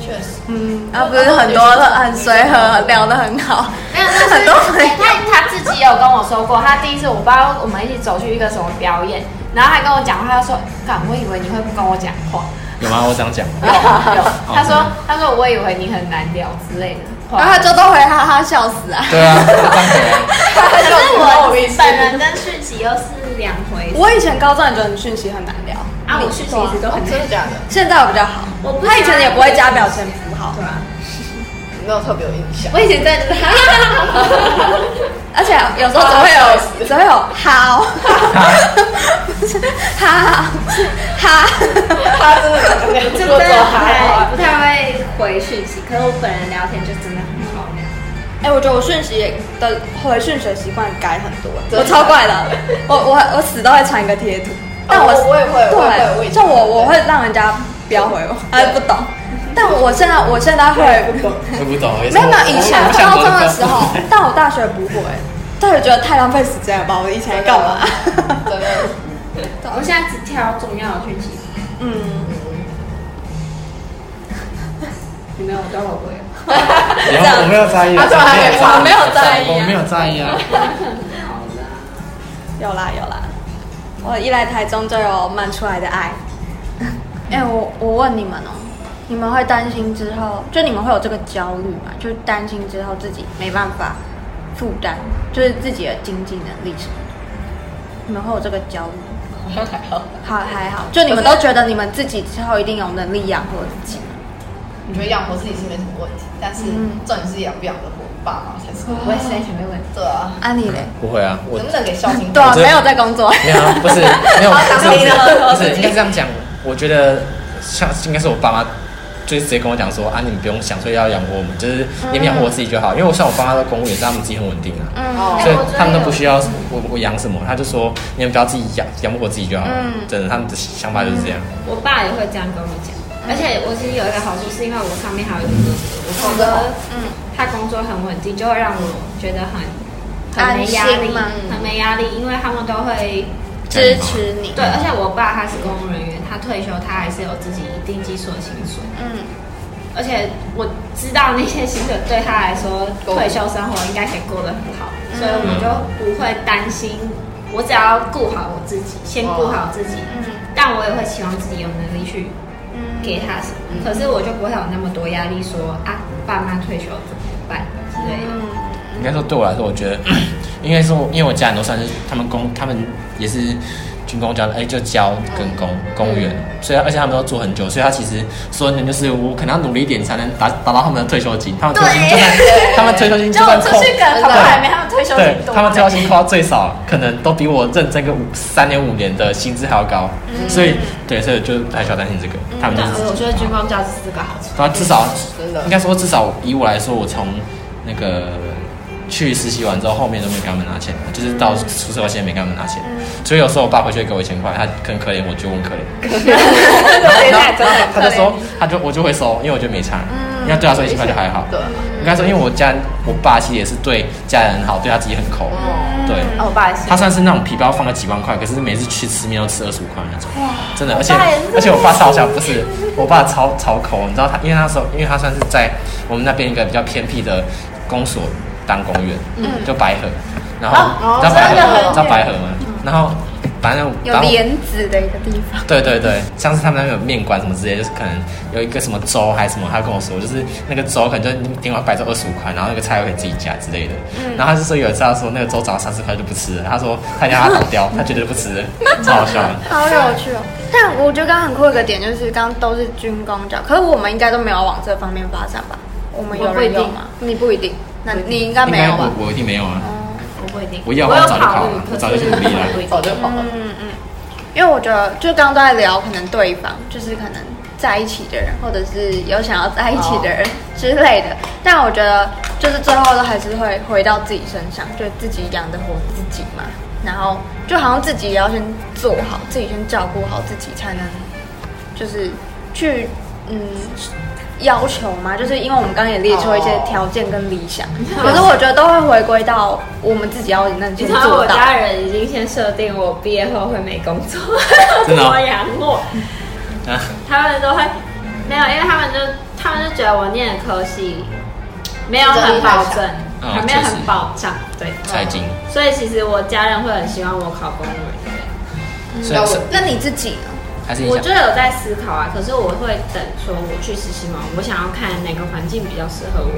[SPEAKER 3] 确实。
[SPEAKER 1] 嗯，啊，不是很多的很随和，聊得很好，
[SPEAKER 6] 没有，
[SPEAKER 1] 很多
[SPEAKER 6] 但是、
[SPEAKER 1] 朋友
[SPEAKER 6] 欸、他他自己有跟我说过，他第一次我不知道我们一起走去一个什么表演，然后他跟我讲话，他说：“干，我以为你会不跟我讲话。
[SPEAKER 4] 有吗？我这样讲，
[SPEAKER 6] 有”有，他说他说我以为你很难聊之类的话。
[SPEAKER 1] 然后他就都会哈哈笑死
[SPEAKER 6] (laughs)
[SPEAKER 1] 啊。
[SPEAKER 4] 对啊，这样子啊，
[SPEAKER 6] 可是
[SPEAKER 3] 我
[SPEAKER 6] 我 (laughs)
[SPEAKER 3] 有意思
[SPEAKER 6] 本人跟讯息又是两回事
[SPEAKER 1] 我以前高中也觉得你讯息很难聊，
[SPEAKER 6] 啊，我讯息一直都
[SPEAKER 3] 哦
[SPEAKER 6] 很
[SPEAKER 3] 真的假的？
[SPEAKER 1] 现在我比较好。
[SPEAKER 6] 我不
[SPEAKER 1] 他以前也不会加表情符号，
[SPEAKER 6] 对啊，
[SPEAKER 3] 没有特别有印象。
[SPEAKER 6] 我以前真的就是哈哈哈哈哈哈。
[SPEAKER 1] 而且有时候只会
[SPEAKER 2] 哦
[SPEAKER 3] 哈哈笑死
[SPEAKER 1] 有只会有哈
[SPEAKER 2] (laughs)
[SPEAKER 1] 哦，
[SPEAKER 4] 啊
[SPEAKER 1] (laughs) 不是哈哈哈，
[SPEAKER 3] (laughs) 他真的很亮，
[SPEAKER 6] 就
[SPEAKER 1] (laughs)
[SPEAKER 6] 真的不太不太会回讯息，可是我本人聊天就真的很好聊。
[SPEAKER 1] 哎，我觉得我讯息的回讯息的习惯改很多，
[SPEAKER 3] 真
[SPEAKER 1] 我
[SPEAKER 3] 的
[SPEAKER 1] 超怪的， (laughs) 我我我死都会传一个贴图，但
[SPEAKER 3] 我我也会我也会我
[SPEAKER 1] 对，
[SPEAKER 3] 也
[SPEAKER 1] 就我我会让人家不要回我，哎不懂，但我现在我现在会
[SPEAKER 4] 我不懂，没
[SPEAKER 1] 没有没有以前高中的时候，
[SPEAKER 4] 对
[SPEAKER 1] 但我大学不会，大学觉得太浪费时间了吧？我以前在干嘛？
[SPEAKER 3] 真的。
[SPEAKER 5] 我现在只挑重要的讯息，
[SPEAKER 1] 嗯，
[SPEAKER 5] (laughs) 你们有都有回。
[SPEAKER 4] 然后我没 (laughs) 有在意啊，
[SPEAKER 3] 他突然还没
[SPEAKER 1] 我没有在意
[SPEAKER 4] (laughs) 我没
[SPEAKER 1] 啊，
[SPEAKER 4] 有在意啊。
[SPEAKER 1] (laughs) 有啦有啦，我一来台中就有漫出来的爱。哎、我我问你们哦、你们会担心之后，就你们会有这个焦虑吗？就是担心之后自己没办法负担，就是自己的经济能力什么的，你们会有这个焦虑吗？
[SPEAKER 3] 好像还好。
[SPEAKER 1] 好还好，就你们
[SPEAKER 3] 可
[SPEAKER 1] 都
[SPEAKER 3] 是
[SPEAKER 1] 觉得你们自己之后一定有能力养活自己。
[SPEAKER 3] 你觉得养活自己是没什么问题，但是
[SPEAKER 1] 嗯
[SPEAKER 3] 重点是养不养得活爸妈才是。
[SPEAKER 5] 我也是在前面问，
[SPEAKER 3] 对啊，
[SPEAKER 1] 安妮嘞？
[SPEAKER 4] 不会啊，我
[SPEAKER 3] 能不能给孝心？
[SPEAKER 1] 对啊，
[SPEAKER 4] 觉得
[SPEAKER 1] 没有在工作。
[SPEAKER 4] 没有啊，不是没有，
[SPEAKER 3] 好
[SPEAKER 4] 不是
[SPEAKER 3] 当兵了
[SPEAKER 4] 不是，应该这样讲。我觉得像应该是我爸妈，就是直接跟我讲说啊，你们不用想说要养活我们，就是你们养活我自己就好。因为我像我爸妈的公务员，他们自己很稳定啊，
[SPEAKER 1] 嗯
[SPEAKER 5] 哎
[SPEAKER 4] 所以他们都不需要我我养什么，他就说你们不要自己养养不活自己就好了。
[SPEAKER 1] 嗯
[SPEAKER 4] 真的，他们的想法就是这样。
[SPEAKER 5] 我爸也会这样跟我
[SPEAKER 1] 嗯
[SPEAKER 5] 讲。而且我其实有一个好处，是因为我上面还有一个哥哥，我哥哥
[SPEAKER 1] 嗯，
[SPEAKER 5] 他工作很稳定，就会让我觉得很很
[SPEAKER 1] 安
[SPEAKER 5] 没
[SPEAKER 1] 心
[SPEAKER 5] 压力
[SPEAKER 1] 嘛，嗯
[SPEAKER 5] 很没压力，因为他们都会
[SPEAKER 1] 支持你。
[SPEAKER 5] 对，而且我爸他是公务人员，他退休他还是有自己一定基数的薪水，
[SPEAKER 1] 嗯，
[SPEAKER 5] 而且我知道那些薪水对他来说，退休生活应该可以过得很好，
[SPEAKER 1] 嗯
[SPEAKER 5] 所以我就不会担心。我只要顾好我自己，先顾好自己，
[SPEAKER 1] 嗯
[SPEAKER 5] 但我也会期望自己有能力去
[SPEAKER 1] 嗯
[SPEAKER 5] 给他什么，可是我就不会有那么多压力说，啊爸妈退休怎么办之类的。
[SPEAKER 1] 嗯
[SPEAKER 4] (clears throat) 应该说对我来说，我觉得应该说，因为我家人都算是他们公，他们也是军工教，哎、就教跟公公务员，所以而且他们都做很久，所以他其实说的就是我可能要努力一点才能达达到他们的退休金，他们退休金就算他们退休金
[SPEAKER 6] 就我
[SPEAKER 4] 算
[SPEAKER 6] 出
[SPEAKER 4] 扣
[SPEAKER 6] 去跟跑
[SPEAKER 4] 对
[SPEAKER 6] 还没他们退休
[SPEAKER 4] 对
[SPEAKER 6] 金多，
[SPEAKER 4] 他们退休金扣到最少，可能都比我认真个五三年五年的薪资还要高，
[SPEAKER 6] 嗯
[SPEAKER 4] 所以对，所以就还需要担心这个，他们就
[SPEAKER 5] 但
[SPEAKER 4] 是
[SPEAKER 5] 是我觉得军方教师是个好处。
[SPEAKER 4] 然后至少
[SPEAKER 3] 真的
[SPEAKER 4] 应该说至少以我来说，我从那个去实习完之后，后面都没有给他们拿钱，就是到宿舍我现在没给他们拿钱，
[SPEAKER 3] 嗯
[SPEAKER 4] 所以有时候我爸回去给我一千块，他很可怜，我就很可怜，然后然后
[SPEAKER 6] 啊
[SPEAKER 4] 他就说他就我就会收，因为我觉得没差，因为对他啊说一千块就还好，
[SPEAKER 3] 嗯对，
[SPEAKER 4] 应该说因为我家我爸其实也是对家人很好，对他自己很抠，对。
[SPEAKER 3] 哦，我爸也是
[SPEAKER 4] 他算是那种皮包放了几万块，可是每次去吃面都吃二十五块那种，真的，而且而且我爸超小，不是我爸超超抠，你知道他，因为那时候因为他算是在我们那边一个比较偏僻的公所当公务员，就白河，然后、
[SPEAKER 3] 嗯哦
[SPEAKER 4] 你知道白
[SPEAKER 3] 真
[SPEAKER 4] 河
[SPEAKER 3] 的很
[SPEAKER 4] 吗，你知道白河吗？然后反正
[SPEAKER 2] 有
[SPEAKER 4] 反正我
[SPEAKER 2] 莲子的一个地方，
[SPEAKER 4] 对对对，像是他们那边有面馆什么之类，就是可能有一个什么粥还是什么，他跟我说，就是那个粥可能就是点碗白粥二十五块，然后那个菜又可以自己加之类的。
[SPEAKER 5] 嗯
[SPEAKER 4] 然后他就说有一次他说那个粥涨到三十块就不吃了，他说他让他倒掉，他绝对不吃了，超好笑的。
[SPEAKER 2] 好有趣哦。但我觉得刚刚很酷的一个点就是，刚刚都是军工教，可是我们应该都没有往这方面发展吧？我们有
[SPEAKER 5] 我不一
[SPEAKER 2] 人
[SPEAKER 5] 定
[SPEAKER 2] 有吗？你不一定，那你应该
[SPEAKER 4] 应
[SPEAKER 2] 没
[SPEAKER 4] 该
[SPEAKER 2] 有吧
[SPEAKER 4] 我？我一定没有啊，
[SPEAKER 5] 哦我不一定，
[SPEAKER 4] 我要
[SPEAKER 5] 有
[SPEAKER 4] 我早就考
[SPEAKER 5] 考虑
[SPEAKER 4] 了，
[SPEAKER 5] 可
[SPEAKER 4] 我早就去努力了
[SPEAKER 5] 我不一定
[SPEAKER 3] 早就跑了。
[SPEAKER 2] 嗯嗯，因为我觉得就刚刚都在聊，可能对方就是可能在一起的人，或者是有想要在一起的人之类的。但我觉得就是最后都还是会回到自己身上，就自己养得活自己嘛。然后就好像自己也要先做好，自己先照顾好自己，才能就是去嗯。要求嘛，就是因为我们刚刚也列出了一些
[SPEAKER 3] 哦
[SPEAKER 2] 条件跟理想，可是我觉得都会回归到我们自己要能
[SPEAKER 5] 你
[SPEAKER 2] 先
[SPEAKER 5] 知道
[SPEAKER 2] 做
[SPEAKER 5] 我
[SPEAKER 2] 到。
[SPEAKER 5] 家人已经先设定我毕业后会没工作，怎
[SPEAKER 4] 真的哦
[SPEAKER 5] 么养 (laughs) 我？
[SPEAKER 4] 啊，
[SPEAKER 5] 他们都会没有，因为他们就他们就觉得我念的科系没有很保证，
[SPEAKER 4] 嗯
[SPEAKER 5] 还没有很保障，对，
[SPEAKER 4] 财经，
[SPEAKER 5] 所以其实我家人会很希望我考公务员。嗯
[SPEAKER 4] 所以是
[SPEAKER 2] 那你自己呢？
[SPEAKER 4] 还是你
[SPEAKER 5] 我
[SPEAKER 4] 想
[SPEAKER 5] 就有在思考啊，可是我会等说我去实习嘛，我想要看哪个环境比较适合我。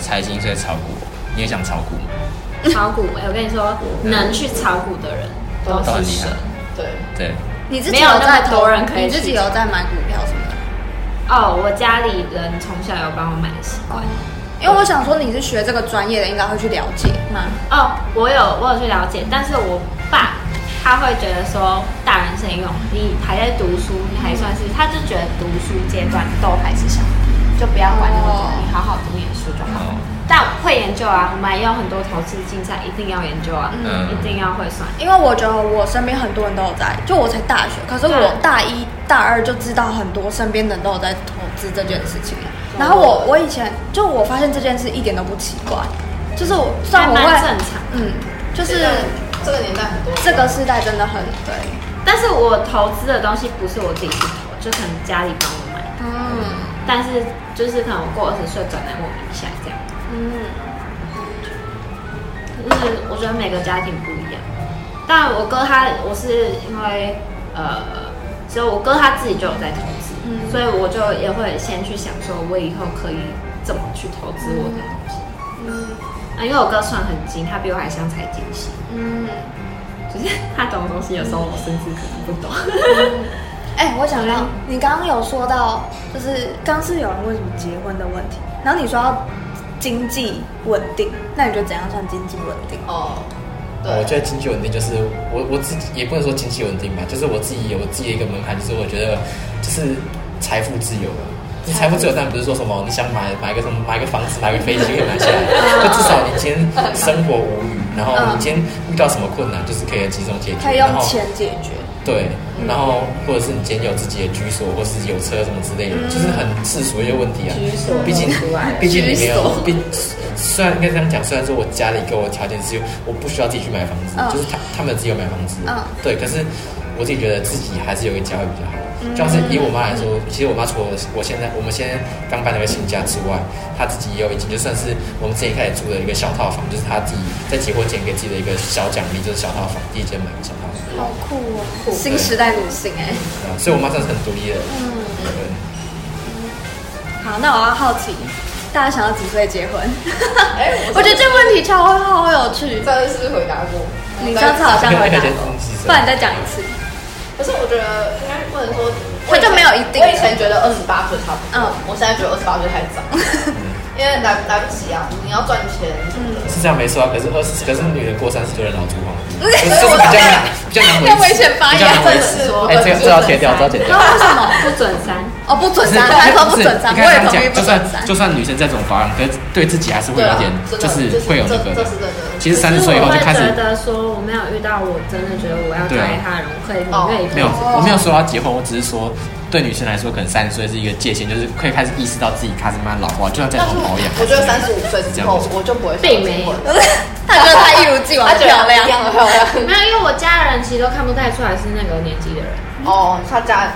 [SPEAKER 4] 财经，所以炒股，你也想炒股吗？
[SPEAKER 5] 炒股，哎我跟你说，能去炒股的人都
[SPEAKER 4] 都啊很
[SPEAKER 5] 是
[SPEAKER 4] 厉害
[SPEAKER 5] 神。
[SPEAKER 3] 对，
[SPEAKER 4] 对，
[SPEAKER 2] 你自己
[SPEAKER 5] 没有那么
[SPEAKER 2] 在投
[SPEAKER 5] 多人可以
[SPEAKER 2] 你自己
[SPEAKER 5] 去
[SPEAKER 2] 有在买股票什么的？
[SPEAKER 5] 哦，我家里人从小有帮我买习惯。
[SPEAKER 2] 因为我想说你是学这个专业的，应该会去了解嘛。
[SPEAKER 5] 哦，我有我有去了解，但是我爸他会觉得说大人是用，你还在读书，你还算是，他就觉得读书阶段都还是小，就不要管那么多，
[SPEAKER 2] 哦
[SPEAKER 5] 你好好读点书就
[SPEAKER 4] 哦
[SPEAKER 5] 好。但会研究啊，我们也有很多投资竞赛，一定要研究啊，
[SPEAKER 4] 嗯
[SPEAKER 5] 一定要会算。
[SPEAKER 2] 因为我觉得我身边很多人都有在，就我才大学，可是我
[SPEAKER 5] 对
[SPEAKER 2] 大一大二就知道很多身边的人都有在投资这件事情了。然后我我以前就我发现这件事一点都不奇怪，就是我虽然我
[SPEAKER 5] 还
[SPEAKER 2] 会
[SPEAKER 5] 蛮正常，
[SPEAKER 2] 嗯，就是
[SPEAKER 3] 这个年代很多
[SPEAKER 2] 这个时代真的很对，
[SPEAKER 5] 但是我投资的东西不是我自己去投，就可能家里帮我买，
[SPEAKER 2] 嗯
[SPEAKER 5] 但是就是可能我过二十岁转来我名下这样。
[SPEAKER 2] 嗯。
[SPEAKER 5] 就是我觉得每个家庭不一样，但我哥他我是因为呃，所以我哥他自己就有在投资，
[SPEAKER 2] 嗯
[SPEAKER 5] 所以我就也会先去想说，我以后可以怎么去投资我的东西。
[SPEAKER 6] 嗯
[SPEAKER 5] 啊，因为我哥算很精，他比我还像财经系，
[SPEAKER 2] 嗯
[SPEAKER 5] 就是他懂的东西有时候我甚至可能不
[SPEAKER 6] (laughs)
[SPEAKER 5] 懂。
[SPEAKER 2] 哎、我想到你刚刚有说到，就是刚是有人问什么结婚的问题，然后你说要经济稳定，那你觉得怎样算经济稳定？
[SPEAKER 3] 哦，
[SPEAKER 4] 我
[SPEAKER 3] 对，
[SPEAKER 4] 觉得经济稳定就是我我自己也不能说经济稳定吧，就是我自己有自己的一个门槛，就是我觉得就是财富自由了。你财富自由，但不是说什么你想买买个什么买个房子买个飞机就可以买下
[SPEAKER 2] (laughs)
[SPEAKER 4] 来，
[SPEAKER 2] 啊
[SPEAKER 4] 就至少你今天生活无虞，然后你今天遇到什么困难，就是可以集中解
[SPEAKER 2] 可以嗯用
[SPEAKER 4] 决，然后
[SPEAKER 2] 钱解决，
[SPEAKER 4] 对，然后或者是你今天有自己的居所，或是有车什么之类的，就是很世俗的一些问题啊。
[SPEAKER 5] 居所
[SPEAKER 4] 毕竟
[SPEAKER 5] 都出来了
[SPEAKER 4] 毕竟你没
[SPEAKER 3] 居
[SPEAKER 4] 有
[SPEAKER 3] 所，
[SPEAKER 4] 毕虽然应该这样讲，虽然说我家里给我的条件是，我不需要自己去买房子，
[SPEAKER 2] 嗯
[SPEAKER 4] 就是他他们自己有买房子，
[SPEAKER 2] 嗯
[SPEAKER 4] 对，可是我自己觉得自己还是有一个家会比较好。就像是以我妈来说，其实我妈除了我现在我们现在刚搬了个新家之外，她自己也有已经就算是我们之前一开始住的一个小套房，就是她自己在结婚前给自己的一个小奖励，就是小套房，第一间买个小套房。
[SPEAKER 2] 好酷哦！新时代女性哎、
[SPEAKER 4] 对啊所以我妈算是很独立的。嗯，对。
[SPEAKER 2] 好，那我要好奇，
[SPEAKER 6] 大家想要几岁结 (laughs) 婚？
[SPEAKER 3] 哎
[SPEAKER 6] 我觉得这个问题超好有趣。
[SPEAKER 3] 上次是不是回答过？
[SPEAKER 6] 你上次好像回答
[SPEAKER 4] 那个
[SPEAKER 6] 过
[SPEAKER 4] 东西，是
[SPEAKER 6] 不然你再讲
[SPEAKER 5] (laughs)
[SPEAKER 6] 一次。
[SPEAKER 3] 可是我觉得应该不能说，
[SPEAKER 6] 他就没有一定
[SPEAKER 3] 我以前觉得二十八岁差不多，
[SPEAKER 6] 嗯
[SPEAKER 3] 我现在觉得二十八岁太早，因为来来不及啊，你要赚钱什么的。
[SPEAKER 4] 是这样没错啊。可是二十，可是女人过三十就能老珠黄，
[SPEAKER 6] 嗯
[SPEAKER 4] 这是比较难，比较难维持，
[SPEAKER 6] 要危险发言
[SPEAKER 4] 比较难维
[SPEAKER 6] 真
[SPEAKER 4] 持
[SPEAKER 6] 的是
[SPEAKER 4] 哎，这个这要剪掉，这要剪掉
[SPEAKER 5] 然。后为什么不准删？
[SPEAKER 6] 哦，不准
[SPEAKER 4] 不是
[SPEAKER 6] 删，他说不准删，
[SPEAKER 4] 你
[SPEAKER 6] 我
[SPEAKER 4] 看
[SPEAKER 6] 也
[SPEAKER 4] 他
[SPEAKER 6] 同意
[SPEAKER 4] 讲，
[SPEAKER 6] 不
[SPEAKER 4] 就算
[SPEAKER 6] 准删。
[SPEAKER 4] 就算女生再怎么保养，可是对自己还是会有点，
[SPEAKER 3] 对啊真的
[SPEAKER 4] 就是会有那个
[SPEAKER 3] 这
[SPEAKER 4] 的
[SPEAKER 3] 这是真的。
[SPEAKER 4] 其实三十岁以后就开
[SPEAKER 5] 可
[SPEAKER 4] 始
[SPEAKER 5] 是我会觉得说我没有遇到我真的觉得我要在意他的人，我可以
[SPEAKER 3] 哦
[SPEAKER 5] 我可以
[SPEAKER 4] 没有，
[SPEAKER 5] 控制
[SPEAKER 4] 我没有说要结婚，我只是说对女生来说，可能三十岁是一个界限，就是可以开始意识到自己开始慢慢老化，就算再
[SPEAKER 3] 但是
[SPEAKER 4] 怎么保养，
[SPEAKER 3] 我觉得三十五岁之后
[SPEAKER 4] 这样子
[SPEAKER 3] 我就不会想
[SPEAKER 5] 并
[SPEAKER 3] 结
[SPEAKER 5] 没
[SPEAKER 3] 婚
[SPEAKER 5] 有
[SPEAKER 3] 了，
[SPEAKER 6] (laughs) 他
[SPEAKER 5] 嗯
[SPEAKER 6] 觉得他一如既往
[SPEAKER 3] 他
[SPEAKER 6] 的
[SPEAKER 3] 觉得
[SPEAKER 6] 漂亮
[SPEAKER 3] 一，样的漂亮。
[SPEAKER 5] 没有，因为我家人其实都看不太出来是那个年纪的人。
[SPEAKER 3] 哦，他家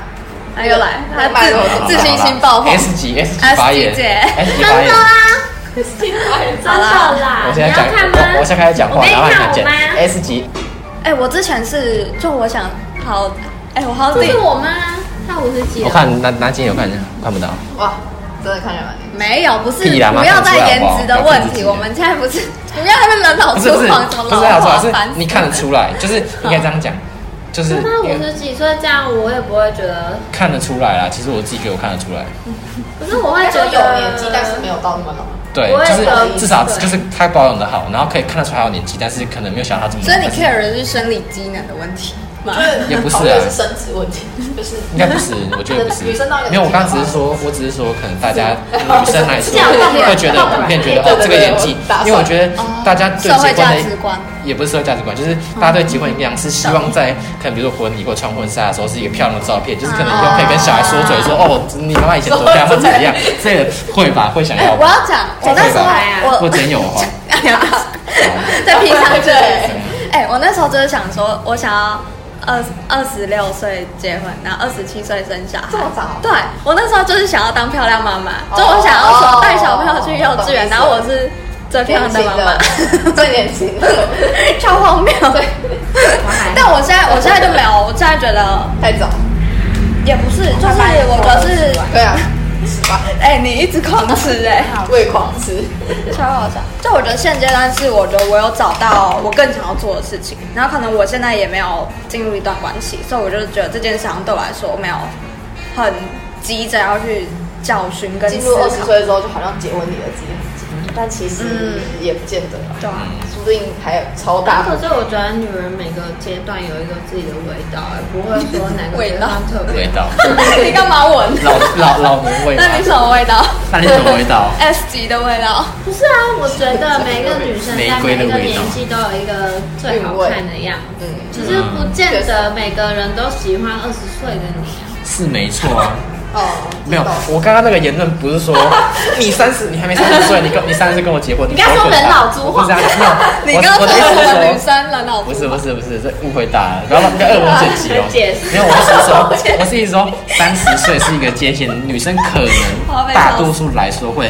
[SPEAKER 6] 他又来，他
[SPEAKER 3] 卖肉
[SPEAKER 4] 好啦
[SPEAKER 6] 自自信心爆棚。
[SPEAKER 4] S 级 S 级
[SPEAKER 6] S 级
[SPEAKER 4] 发言
[SPEAKER 6] 姐
[SPEAKER 4] ，S 级发言。
[SPEAKER 5] 真的啦，
[SPEAKER 4] 我
[SPEAKER 5] 你
[SPEAKER 4] 现在
[SPEAKER 5] 要
[SPEAKER 4] 讲，
[SPEAKER 5] 看吗？
[SPEAKER 4] 我我现在开始讲
[SPEAKER 5] 我
[SPEAKER 4] 话，
[SPEAKER 5] 给你
[SPEAKER 4] 然后你
[SPEAKER 5] 看
[SPEAKER 4] 们
[SPEAKER 5] 我
[SPEAKER 4] 剪
[SPEAKER 5] 妈，
[SPEAKER 4] S 级。
[SPEAKER 6] 哎，我之前是，就我想，好，哎，我好像
[SPEAKER 5] 这
[SPEAKER 6] 自己
[SPEAKER 5] 是我妈，她五十几
[SPEAKER 4] 我
[SPEAKER 5] 了。
[SPEAKER 4] 看哪哪几有看看不到，
[SPEAKER 3] 哇，真的看起来蛮年轻。
[SPEAKER 6] 没有，不是
[SPEAKER 4] 屁啦
[SPEAKER 6] 不要再颜值的问
[SPEAKER 4] 妈看不出来好不
[SPEAKER 6] 题，
[SPEAKER 4] 好
[SPEAKER 6] 我们现在不
[SPEAKER 4] (laughs)
[SPEAKER 6] 是不要那么人老
[SPEAKER 4] 不
[SPEAKER 6] 珠
[SPEAKER 4] 是不是
[SPEAKER 6] 黄，什么
[SPEAKER 4] 不是老
[SPEAKER 6] 老
[SPEAKER 4] 师老
[SPEAKER 6] 花
[SPEAKER 4] 师
[SPEAKER 6] 烦，死
[SPEAKER 4] 你看得出来，就是应该这样讲，就是
[SPEAKER 5] 可是她
[SPEAKER 4] 因
[SPEAKER 5] 五
[SPEAKER 4] 为
[SPEAKER 5] 十几岁这样，我也不会觉得，
[SPEAKER 4] 看得出来啦。其实我自己觉得我看得出来，
[SPEAKER 5] 可是我会
[SPEAKER 3] 他
[SPEAKER 5] 觉
[SPEAKER 3] 就
[SPEAKER 5] 得
[SPEAKER 3] 有年纪，但是没有到那么老。
[SPEAKER 4] 对
[SPEAKER 5] 我，也
[SPEAKER 4] 就是
[SPEAKER 5] 觉得
[SPEAKER 4] 至少
[SPEAKER 5] 对
[SPEAKER 4] 就是他保养的好，然后可以看得出来他有年纪，但是可能没有想到他这么老。
[SPEAKER 6] 所以你
[SPEAKER 4] 但是
[SPEAKER 6] care 的是生理机能的问题吗
[SPEAKER 3] 就？是
[SPEAKER 4] 也不是啊
[SPEAKER 3] 考虑的是生殖问题，就是
[SPEAKER 4] 应该不
[SPEAKER 6] (laughs)
[SPEAKER 4] 是，我觉得不是。
[SPEAKER 3] 女生到一个
[SPEAKER 4] 没有，我刚刚只是说，我只是说，可能大家女生来说
[SPEAKER 5] 这样
[SPEAKER 4] 会觉得普遍觉得哦，这个年纪，因为我觉得大家对
[SPEAKER 6] 社会
[SPEAKER 4] 结
[SPEAKER 6] 价
[SPEAKER 4] 婚
[SPEAKER 6] 值
[SPEAKER 4] 的
[SPEAKER 6] 观，嗯
[SPEAKER 4] 也不是社会价值观，就是大家对结婚营养是希望在可能比如说婚礼或穿婚纱的时候是一个漂亮的照片，就是可能以后可以跟小孩说嘴
[SPEAKER 6] 啊
[SPEAKER 4] 说哦，你妈妈以前多漂亮或怎么样，这个会吧，会想
[SPEAKER 6] 哎，
[SPEAKER 4] 要
[SPEAKER 6] 我要讲，我那时候
[SPEAKER 4] 或
[SPEAKER 6] 我
[SPEAKER 4] 真有哦
[SPEAKER 6] (laughs)
[SPEAKER 4] 花， (laughs)
[SPEAKER 6] 在平常对，哎，我那时候就是想说，我想要二二十六岁结婚，然后二十七岁生小孩，
[SPEAKER 3] 这么早
[SPEAKER 6] 对我那时候就是想要当漂亮妈妈，
[SPEAKER 3] 哦
[SPEAKER 6] 就我想要说带小朋友去幼稚
[SPEAKER 2] 哦
[SPEAKER 3] 懂意
[SPEAKER 6] 园，
[SPEAKER 3] 思
[SPEAKER 6] 然后我是最漂亮的妈妈。
[SPEAKER 3] (laughs) 最年轻的，
[SPEAKER 6] (laughs) 超荒谬。对，但我现在我现在就没有，我现在觉得
[SPEAKER 3] 太早。
[SPEAKER 6] 也不是，就是我觉得是，
[SPEAKER 3] 对啊，十八
[SPEAKER 6] 哎、你一直狂吃哎、
[SPEAKER 3] 胃狂吃，
[SPEAKER 6] 超好笑。就我觉得现阶段是，我觉得我有找到我更想要做的事情，然后可能我现在也没有进入一段关系，所以我就觉得这件事好像对我来说没有很急着要去教训跟
[SPEAKER 3] 进
[SPEAKER 6] 思
[SPEAKER 3] 入
[SPEAKER 6] 考
[SPEAKER 3] 二十。岁的时候就好像结婚离了自己很近，但其实也不见得啦，
[SPEAKER 6] 对啊，
[SPEAKER 3] 说不定还有超
[SPEAKER 5] 但
[SPEAKER 3] 大
[SPEAKER 5] 啊可是我觉得女人每个阶段有一个自己的味道，而不会说哪 (laughs) 个阶段特
[SPEAKER 4] 味
[SPEAKER 5] 别。
[SPEAKER 4] 道，
[SPEAKER 6] 哎你干嘛闻？
[SPEAKER 4] 老老老年味吗？
[SPEAKER 6] 那你什么味道
[SPEAKER 4] 那你什么味道？
[SPEAKER 6] ？S 级的味道。
[SPEAKER 5] 不是啊，我觉得每个女生在每
[SPEAKER 4] 玫瑰的
[SPEAKER 5] 一个
[SPEAKER 4] 味道
[SPEAKER 5] 年纪都有一个最好看的样子，
[SPEAKER 3] 嗯，
[SPEAKER 5] 只是不见得每个人都喜欢二十岁的你。
[SPEAKER 4] 是没错啊。
[SPEAKER 3] 哦，
[SPEAKER 4] 没有，我刚刚那个言论不是说你三十，你还没三十岁，你跟你三十跟我结婚，你
[SPEAKER 5] 刚
[SPEAKER 4] 才
[SPEAKER 5] 说
[SPEAKER 4] 会
[SPEAKER 5] 人
[SPEAKER 4] 大
[SPEAKER 5] 老珠
[SPEAKER 4] 我不是这样没有，
[SPEAKER 6] 你
[SPEAKER 4] 我
[SPEAKER 6] 刚
[SPEAKER 4] 我的
[SPEAKER 6] 刚
[SPEAKER 4] 意
[SPEAKER 6] 说
[SPEAKER 4] 思
[SPEAKER 6] 我们女
[SPEAKER 4] 是说。
[SPEAKER 6] 生人老
[SPEAKER 4] 不是不是不是，这误会大了，不要把那个二五整集哦
[SPEAKER 5] 解。释
[SPEAKER 4] 没有，我是说，我是意思说，三十岁是一个界限，女生可
[SPEAKER 6] 好
[SPEAKER 4] 能
[SPEAKER 6] 被笑死
[SPEAKER 4] 大多数来说会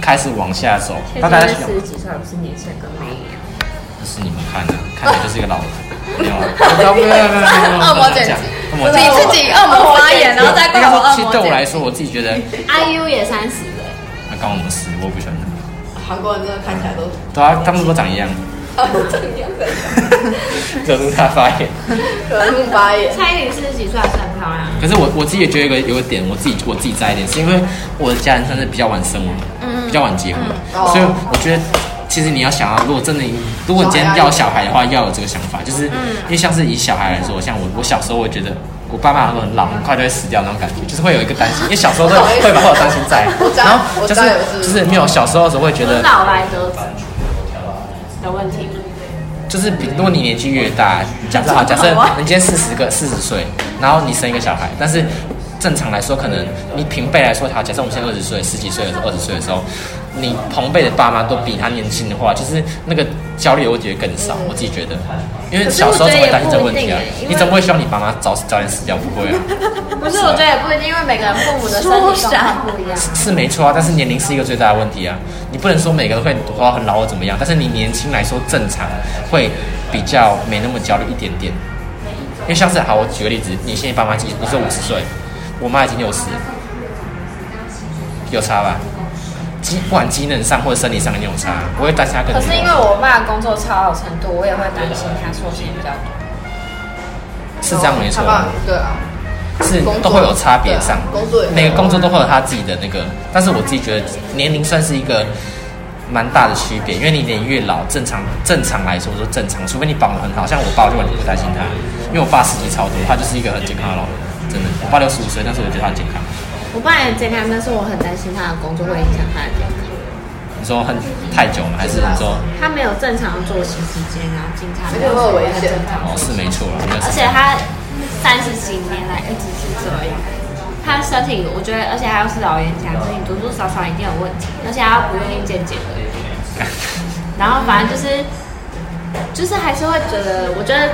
[SPEAKER 4] 开始往下走。大概
[SPEAKER 5] 四十几岁不是年轻人跟妹一样。
[SPEAKER 4] 不是你们看的，看的就是一个老人。没有啊，没有没有没有没有没有，
[SPEAKER 6] 恶魔
[SPEAKER 4] 这
[SPEAKER 6] 剪辑
[SPEAKER 4] 样，恶魔
[SPEAKER 6] 你
[SPEAKER 4] 剪辑
[SPEAKER 6] 自己恶魔发言，然后再
[SPEAKER 4] 应
[SPEAKER 6] 怪
[SPEAKER 4] 该
[SPEAKER 6] 我
[SPEAKER 4] 说
[SPEAKER 6] 恶
[SPEAKER 4] 其实
[SPEAKER 6] 魔
[SPEAKER 4] 对我
[SPEAKER 6] 剪
[SPEAKER 4] 来
[SPEAKER 6] 辑
[SPEAKER 4] 说，我自己觉得，
[SPEAKER 5] IU 也三十了，
[SPEAKER 4] 啊，关我们事，我不喜欢他。
[SPEAKER 3] 韩国人真的看起来都 (laughs)
[SPEAKER 4] 对啊，他们都长一样，
[SPEAKER 3] 这样子，
[SPEAKER 4] 惹怒他发言。
[SPEAKER 3] 可能发炎。
[SPEAKER 5] 蔡依林四十几岁还是很漂亮。
[SPEAKER 4] 可是我我自己也觉得有一个有个点，我自己我自己在一点，是因为我的家人算是比较晚生我，
[SPEAKER 3] 嗯
[SPEAKER 4] 比较晚结婚，
[SPEAKER 3] 哦
[SPEAKER 4] 所以我觉得其实你要想要，如果真的你如果你今天要有小孩的话，要有这个想法，就是
[SPEAKER 3] 嗯
[SPEAKER 4] 因为像是以小孩来说，像我我小时候我觉得。我爸妈都很老，很快就会死掉那种感觉，就是会有一个担心，因为小时候会
[SPEAKER 3] (laughs) 我懂意思
[SPEAKER 4] 会把我担心在
[SPEAKER 3] 我，知道
[SPEAKER 4] 然后
[SPEAKER 3] 我知
[SPEAKER 4] 就是
[SPEAKER 3] 道我知道
[SPEAKER 4] 就是没有小时候的时候会觉
[SPEAKER 5] 不
[SPEAKER 4] 得
[SPEAKER 5] 是老来得子的问题。
[SPEAKER 4] 就是比如果你年纪越大，假设好，假设
[SPEAKER 5] 啊
[SPEAKER 4] 你今天四十个四十岁，然后你生一个小孩，但是正常来说，可能你平辈来说，好，假设我们现在二十岁、十几岁的时候、二十岁的时候，你同辈的爸妈都比他年轻的话，就是那个焦虑，我觉得更少，我自己觉得，因为小时候总会担心这个问题啊
[SPEAKER 5] 可是我觉得也不一定欸，因为
[SPEAKER 4] 你怎么会希望你爸妈早早点死掉？不会啊，
[SPEAKER 5] 不是，我觉得也不一定，因为每个人父母的身体状况不一样。
[SPEAKER 4] 是没错啊，但是年龄是一个最大的问题啊，你不能说每个人会活到很老或怎么样，但是你年轻来说正常会比较没那么焦虑一点点。因为像是好，我举个例子，你现在爸妈几，你说五十岁，我妈已经六十，有差吧？机不管机能上或者生理上一定有差，不会大家更
[SPEAKER 7] 可
[SPEAKER 4] 多。
[SPEAKER 7] 是因为我爸工作超好程度，我也会担心他受限比较多。
[SPEAKER 4] 是这样没错
[SPEAKER 3] 他，爸对啊，
[SPEAKER 4] 是
[SPEAKER 3] 工作
[SPEAKER 4] 都会有差别上，
[SPEAKER 3] 对啊工作也会有
[SPEAKER 4] 每个工作都会有他自己的那个，但是我自己觉得年龄算是一个蛮大的区别，因为你年越老，正常正常来说说正常，除非你保养得很好，像我爸我就完全不担心他，因为我爸司机超多，他就是一个很健康的老人，真的，我爸六十五岁，但是我觉得他很健康。
[SPEAKER 5] (laughs) 我爸也很健康，但是我很担心他的工作会影响他的健康。
[SPEAKER 4] 你说很太久吗？还是你说
[SPEAKER 5] 他没有正常的作息时间，啊然后经常
[SPEAKER 3] 而且会有危险
[SPEAKER 4] 哦是没错啦，没有
[SPEAKER 5] 而且他三十几年来一直是这样，他身体我觉得，而且他又是老人家，所以你多多少少一定有问题，而且他不愿意见检的。然后反正就是，就是还是会觉得，我觉得